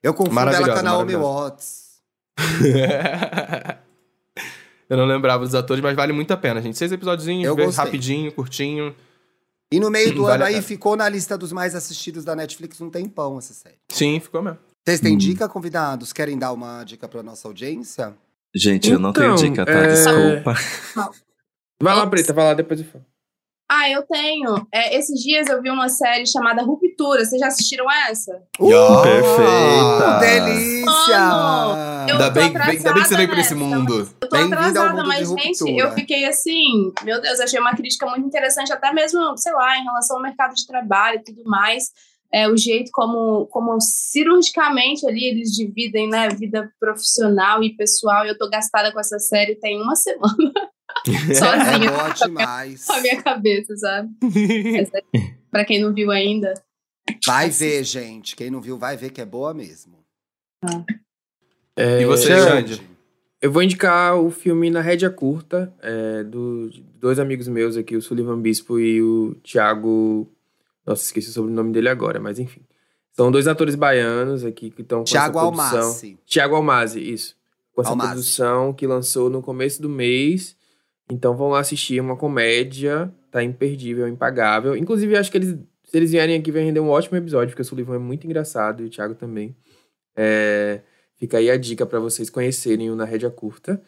[SPEAKER 3] Eu confundo ela com a Naomi Watts.
[SPEAKER 2] [LAUGHS] eu não lembrava dos atores, mas vale muito a pena, gente. Seis episódios rapidinho, curtinho.
[SPEAKER 3] E
[SPEAKER 2] [LAUGHS]
[SPEAKER 3] no meio do vale ano aí ficou na lista dos mais assistidos da Netflix um tempão essa série.
[SPEAKER 2] Sim, ficou mesmo.
[SPEAKER 3] Vocês têm hum. dica, convidados? Querem dar uma dica pra nossa audiência?
[SPEAKER 1] Gente, eu não tenho
[SPEAKER 4] Então,
[SPEAKER 1] dica, tá?
[SPEAKER 4] é-
[SPEAKER 1] Desculpa.
[SPEAKER 4] Vai lá, Preta, vai lá, depois eu falo.
[SPEAKER 5] Ah, eu tenho. É, esses dias eu vi uma série chamada Ruptura. Vocês já assistiram essa?
[SPEAKER 1] Uh, perfeita.
[SPEAKER 3] Delícia!
[SPEAKER 5] Mano, eu-
[SPEAKER 2] Ainda
[SPEAKER 5] tô né?
[SPEAKER 2] bem, bem- ainda bem que você veio pra esse
[SPEAKER 5] atrasada
[SPEAKER 2] mundo.
[SPEAKER 5] Eu tô
[SPEAKER 3] Bem-vindo ao
[SPEAKER 5] atrasada,
[SPEAKER 3] mundo de
[SPEAKER 5] mas, gente,
[SPEAKER 3] Ruptura.
[SPEAKER 5] eu fiquei assim, meu Deus, achei uma crítica muito interessante, até mesmo, sei lá, em relação ao mercado de trabalho e tudo mais. É, o jeito como, como cirurgicamente ali eles dividem, né, vida profissional e pessoal. E eu tô gastada com essa série tem uma semana.
[SPEAKER 3] [LAUGHS]
[SPEAKER 5] [LAUGHS]
[SPEAKER 3] É
[SPEAKER 5] Sozinha
[SPEAKER 3] bom É demais.
[SPEAKER 5] [LAUGHS] com a minha
[SPEAKER 3] [LAUGHS]
[SPEAKER 5] cabeça, sabe? Essa- é, pra quem não viu ainda.
[SPEAKER 3] Vai ver, gente. Quem não viu, vai ver que é boa mesmo.
[SPEAKER 2] E você,
[SPEAKER 4] É,
[SPEAKER 2] Xande?
[SPEAKER 4] Eu vou indicar o filme Na Rédea Curta, é, do, de dois amigos meus aqui, o Sullivan Bispo e o Thiago. Nossa, esqueci o sobrenome dele agora, mas enfim. São dois atores baianos aqui que estão com
[SPEAKER 3] Tiago
[SPEAKER 4] essa produção.
[SPEAKER 3] Almassi.
[SPEAKER 4] Tiago Almazi, isso. Com essa
[SPEAKER 3] Almazzi.
[SPEAKER 4] produção que lançou no começo do mês. Então vão lá assistir uma comédia, tá imperdível, impagável. Inclusive, acho que eles, se eles vierem aqui, vai render um ótimo episódio, porque o Sullivan é muito engraçado e o Thiago também. É, fica aí a dica pra vocês conhecerem o Na Rédea Curta.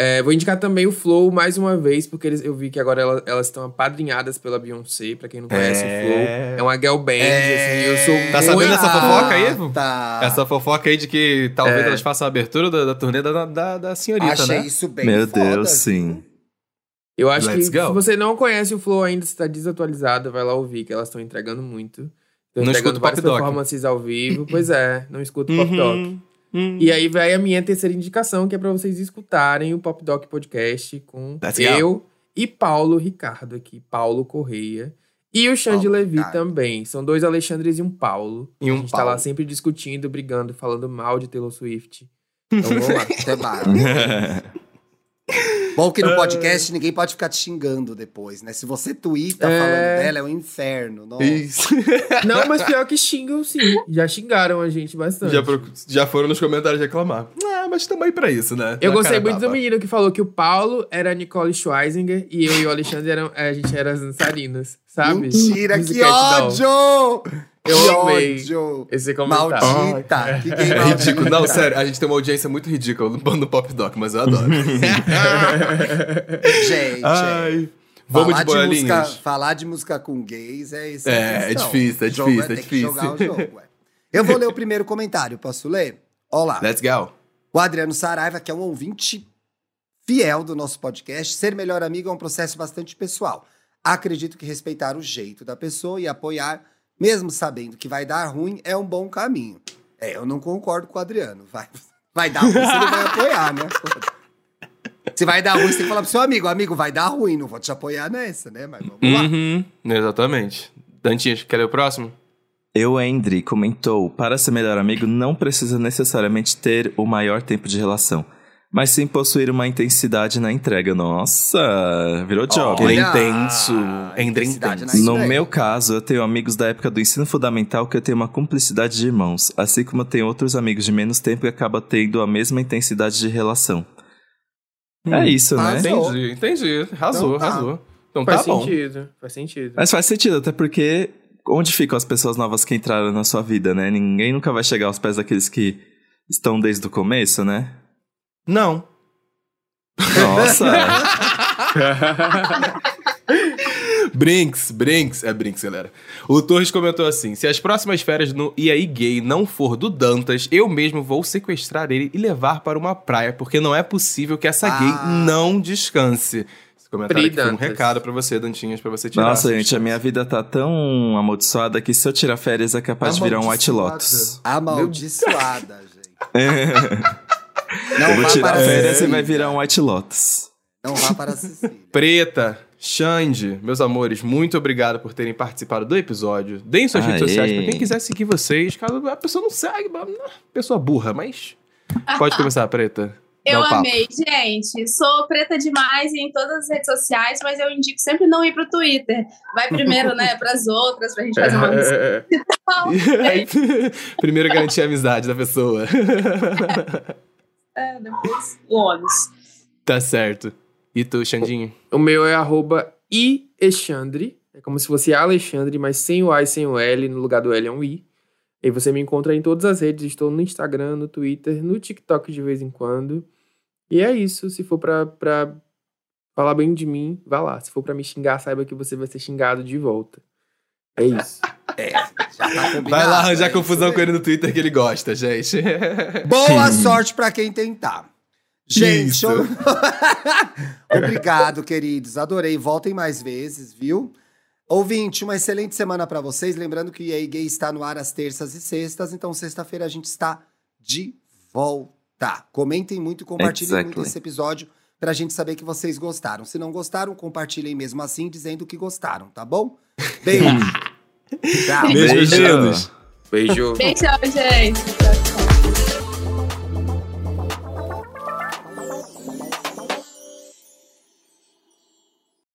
[SPEAKER 4] É, vou indicar também o Flow mais uma vez, porque eles, eu vi que agora ela- elas estão apadrinhadas pela Beyoncé, pra quem não conhece o Flow. É uma girl band,
[SPEAKER 2] É.
[SPEAKER 4] assim, eu sou
[SPEAKER 2] Tá
[SPEAKER 4] muito-
[SPEAKER 2] sabendo essa fofoca aí?
[SPEAKER 3] Tá.
[SPEAKER 2] É Essa fofoca aí de que talvez
[SPEAKER 4] É.
[SPEAKER 2] elas façam a abertura da, da turnê da, da, da senhorita,
[SPEAKER 3] Achei
[SPEAKER 2] né?
[SPEAKER 3] isso bem
[SPEAKER 1] Meu
[SPEAKER 3] foda,
[SPEAKER 1] Deus,
[SPEAKER 3] viu? [LAUGHS]
[SPEAKER 1] sim.
[SPEAKER 4] Eu acho
[SPEAKER 2] Let's
[SPEAKER 4] que
[SPEAKER 2] go.
[SPEAKER 4] se você não conhece o Flow ainda, se tá desatualizado, vai lá ouvir, que elas estão entregando muito. Estão
[SPEAKER 2] Não escuta
[SPEAKER 4] entregando
[SPEAKER 2] o Pop
[SPEAKER 4] várias
[SPEAKER 2] Doc. Uhum.
[SPEAKER 4] performances
[SPEAKER 2] [LAUGHS]
[SPEAKER 4] ao vivo. pois é, não escuta o Pop Doc. E é aí vai a minha terceira indicação, que é pra vocês escutarem o Pop Doc Podcast com
[SPEAKER 2] Let's go.
[SPEAKER 4] eu e Paulo Ricardo aqui, Paulo Correia. E o Xande
[SPEAKER 3] Paulo
[SPEAKER 4] Levi
[SPEAKER 3] Ricardo.
[SPEAKER 4] também. São dois Alexandres e um Paulo.
[SPEAKER 2] E um
[SPEAKER 4] a gente tá lá
[SPEAKER 2] Paulo.
[SPEAKER 4] sempre discutindo, brigando, falando mal de Taylor Swift. Então
[SPEAKER 2] [LAUGHS]
[SPEAKER 4] vamos lá.
[SPEAKER 3] Até barba. Bom que no podcast ninguém pode ficar te xingando depois, né? Se você twitta
[SPEAKER 4] É.
[SPEAKER 3] falando dela, é um inferno. Nossa.
[SPEAKER 2] Isso.
[SPEAKER 4] Não, mas pior que xingam sim. Já xingaram a gente bastante.
[SPEAKER 2] já, pro- já foram nos comentários reclamar. Ah, mas estamos aí pra isso, né?
[SPEAKER 4] Eu
[SPEAKER 2] Na
[SPEAKER 4] gostei
[SPEAKER 2] cara
[SPEAKER 4] muito do
[SPEAKER 2] tapa.
[SPEAKER 4] menino que falou que o Paulo era a Nicole Schweisinger e eu e o Alexandre eram, é, a gente era as dançarinas, sabe?
[SPEAKER 3] Mentira,
[SPEAKER 2] é
[SPEAKER 3] que
[SPEAKER 4] Musiquete
[SPEAKER 2] um-
[SPEAKER 4] doll.
[SPEAKER 3] ódio!
[SPEAKER 4] Eu
[SPEAKER 3] que
[SPEAKER 4] amei.
[SPEAKER 3] ódio!
[SPEAKER 4] Esse comentário.
[SPEAKER 3] Maldita! Que gay
[SPEAKER 2] É
[SPEAKER 3] maldita.
[SPEAKER 2] ridículo. Não, sério, a gente tem uma audiência muito ridícula no, no Pop Doc, mas eu
[SPEAKER 3] [LAUGHS]
[SPEAKER 2] adoro.
[SPEAKER 3] Gente, é.
[SPEAKER 2] Ai.
[SPEAKER 3] falar
[SPEAKER 2] Vamos de
[SPEAKER 3] música,
[SPEAKER 2] bolinhas.
[SPEAKER 3] falar de música com gays é isso.
[SPEAKER 2] É, é difícil, é difícil, é difícil.
[SPEAKER 3] jogar o jogo, ué. Eu vou ler o primeiro comentário, posso ler? Olá.
[SPEAKER 2] Let's go.
[SPEAKER 3] O Adriano Saraiva, que é um ouvinte fiel do nosso podcast, ser melhor amigo é um processo bastante pessoal. Acredito que respeitar o jeito da pessoa e apoiar, mesmo sabendo que vai dar ruim, é um bom caminho. É, eu não concordo com o Adriano. Vai, [LAUGHS] vai dar ruim, você não vai apoiar, né? [LAUGHS] Se vai dar ruim, você tem que falar pro seu amigo, amigo, vai dar ruim, não vou te apoiar nessa, né? Mas vamos lá.
[SPEAKER 2] Uhum, exatamente. Dantinhas, quer ler o próximo?
[SPEAKER 1] Eu, Endre, comentou: para ser melhor amigo, não precisa necessariamente ter o maior tempo de relação, mas sim possuir uma intensidade na entrega. Nossa, virou job.
[SPEAKER 2] Ele
[SPEAKER 1] hein?
[SPEAKER 2] é
[SPEAKER 3] Olha,
[SPEAKER 2] intenso. Endre
[SPEAKER 3] intensidade
[SPEAKER 2] intenso.
[SPEAKER 3] na
[SPEAKER 1] No
[SPEAKER 3] entrega.
[SPEAKER 1] meu caso, eu tenho amigos da época do ensino fundamental que eu tenho uma cumplicidade de irmãos, assim como eu tenho outros amigos de menos tempo que acaba tendo a mesma intensidade de relação.
[SPEAKER 2] Hum.
[SPEAKER 1] É isso, né?
[SPEAKER 3] Mas- Arrasou.
[SPEAKER 2] Entendi, entendi. Arrasou,
[SPEAKER 3] Então tá.
[SPEAKER 2] arrasou. Então
[SPEAKER 4] Faz
[SPEAKER 2] tá bom.
[SPEAKER 4] sentido, faz sentido.
[SPEAKER 1] Mas faz sentido, até porque onde ficam as pessoas novas que entraram na sua vida, né? Ninguém nunca vai chegar aos pés daqueles que estão desde o começo, né?
[SPEAKER 2] Não.
[SPEAKER 1] Nossa!
[SPEAKER 2] [LAUGHS] Brinks, Brinks. É Brinks, galera. O Torres comentou assim: se as próximas férias no IAI Gay não for do Dantas, eu mesmo vou sequestrar ele e levar para uma praia, porque não é possível que essa
[SPEAKER 3] Ah.
[SPEAKER 2] gay não descanse. Esse comentário
[SPEAKER 4] Pri
[SPEAKER 2] aqui foi um
[SPEAKER 4] Dantas.
[SPEAKER 2] recado pra você, Dantinhas, pra você tirar.
[SPEAKER 1] Nossa,
[SPEAKER 2] essa
[SPEAKER 1] gente, a
[SPEAKER 2] distância.
[SPEAKER 1] minha vida tá tão amaldiçoada que se eu tirar férias é capaz de virar um White Lotus.
[SPEAKER 3] Amaldiçoada, gente.
[SPEAKER 1] Eu vou
[SPEAKER 3] vá
[SPEAKER 1] tirar
[SPEAKER 3] para a
[SPEAKER 1] férias e
[SPEAKER 3] Sicília.
[SPEAKER 1] vai virar um White Lotus.
[SPEAKER 3] Não vá para a Sicília.
[SPEAKER 2] Preta, Xande, meus amores, muito obrigado por terem participado do episódio. Deem suas redes
[SPEAKER 1] Aê.
[SPEAKER 2] sociais pra quem quiser seguir vocês. Caso a pessoa não saiba, né? pessoa burra, mas. Pode começar, Preta. Dá
[SPEAKER 5] Eu
[SPEAKER 2] o papo.
[SPEAKER 5] amei, gente. Sou preta demais em todas as redes sociais, mas eu indico sempre não ir pro Twitter. Vai primeiro, né, pras outras, pra gente fazer uma
[SPEAKER 4] É,
[SPEAKER 5] lista e tal.
[SPEAKER 2] [LAUGHS] Primeiro garantir a amizade da pessoa. [LAUGHS]
[SPEAKER 5] É, depois o ônus.
[SPEAKER 2] tá certo. E tu, Xandinho?
[SPEAKER 4] O meu é arroba iexandre. É como se fosse Alexandre, mas sem o A e sem o L. No lugar do L é um I. E você me encontra em todas as redes. Estou no Instagram, no Twitter, no TikTok de vez em quando. E é isso. Se for pra, pra falar bem de mim, vá lá. Se for pra me xingar, saiba que você vai ser xingado de volta. É isso.
[SPEAKER 3] É, já tá combinado,
[SPEAKER 2] Vai lá
[SPEAKER 3] é
[SPEAKER 2] arranjar
[SPEAKER 3] isso
[SPEAKER 2] confusão
[SPEAKER 3] aí.
[SPEAKER 2] com ele no Twitter que ele gosta, gente.
[SPEAKER 3] Boa
[SPEAKER 1] Sim.
[SPEAKER 3] sorte pra quem tentar. Gente,
[SPEAKER 2] Isso.
[SPEAKER 3] eu- [LAUGHS] obrigado, queridos. Adorei. Voltem mais vezes, viu? Ouvinte, uma excelente semana pra vocês. Lembrando que o EA Gay está no ar às terças e sextas, então sexta-feira a gente está de volta. Comentem muito e compartilhem muito
[SPEAKER 1] Exactly.
[SPEAKER 3] esse episódio pra gente saber que vocês gostaram. Se não gostaram, compartilhem mesmo assim, dizendo que gostaram, tá bom?
[SPEAKER 1] [LAUGHS]
[SPEAKER 3] Beijo. Tchau.
[SPEAKER 2] Beijo,
[SPEAKER 1] Beijo.
[SPEAKER 2] meninos.
[SPEAKER 4] Beijo.
[SPEAKER 5] Beijão, gente. Tchau, tchau.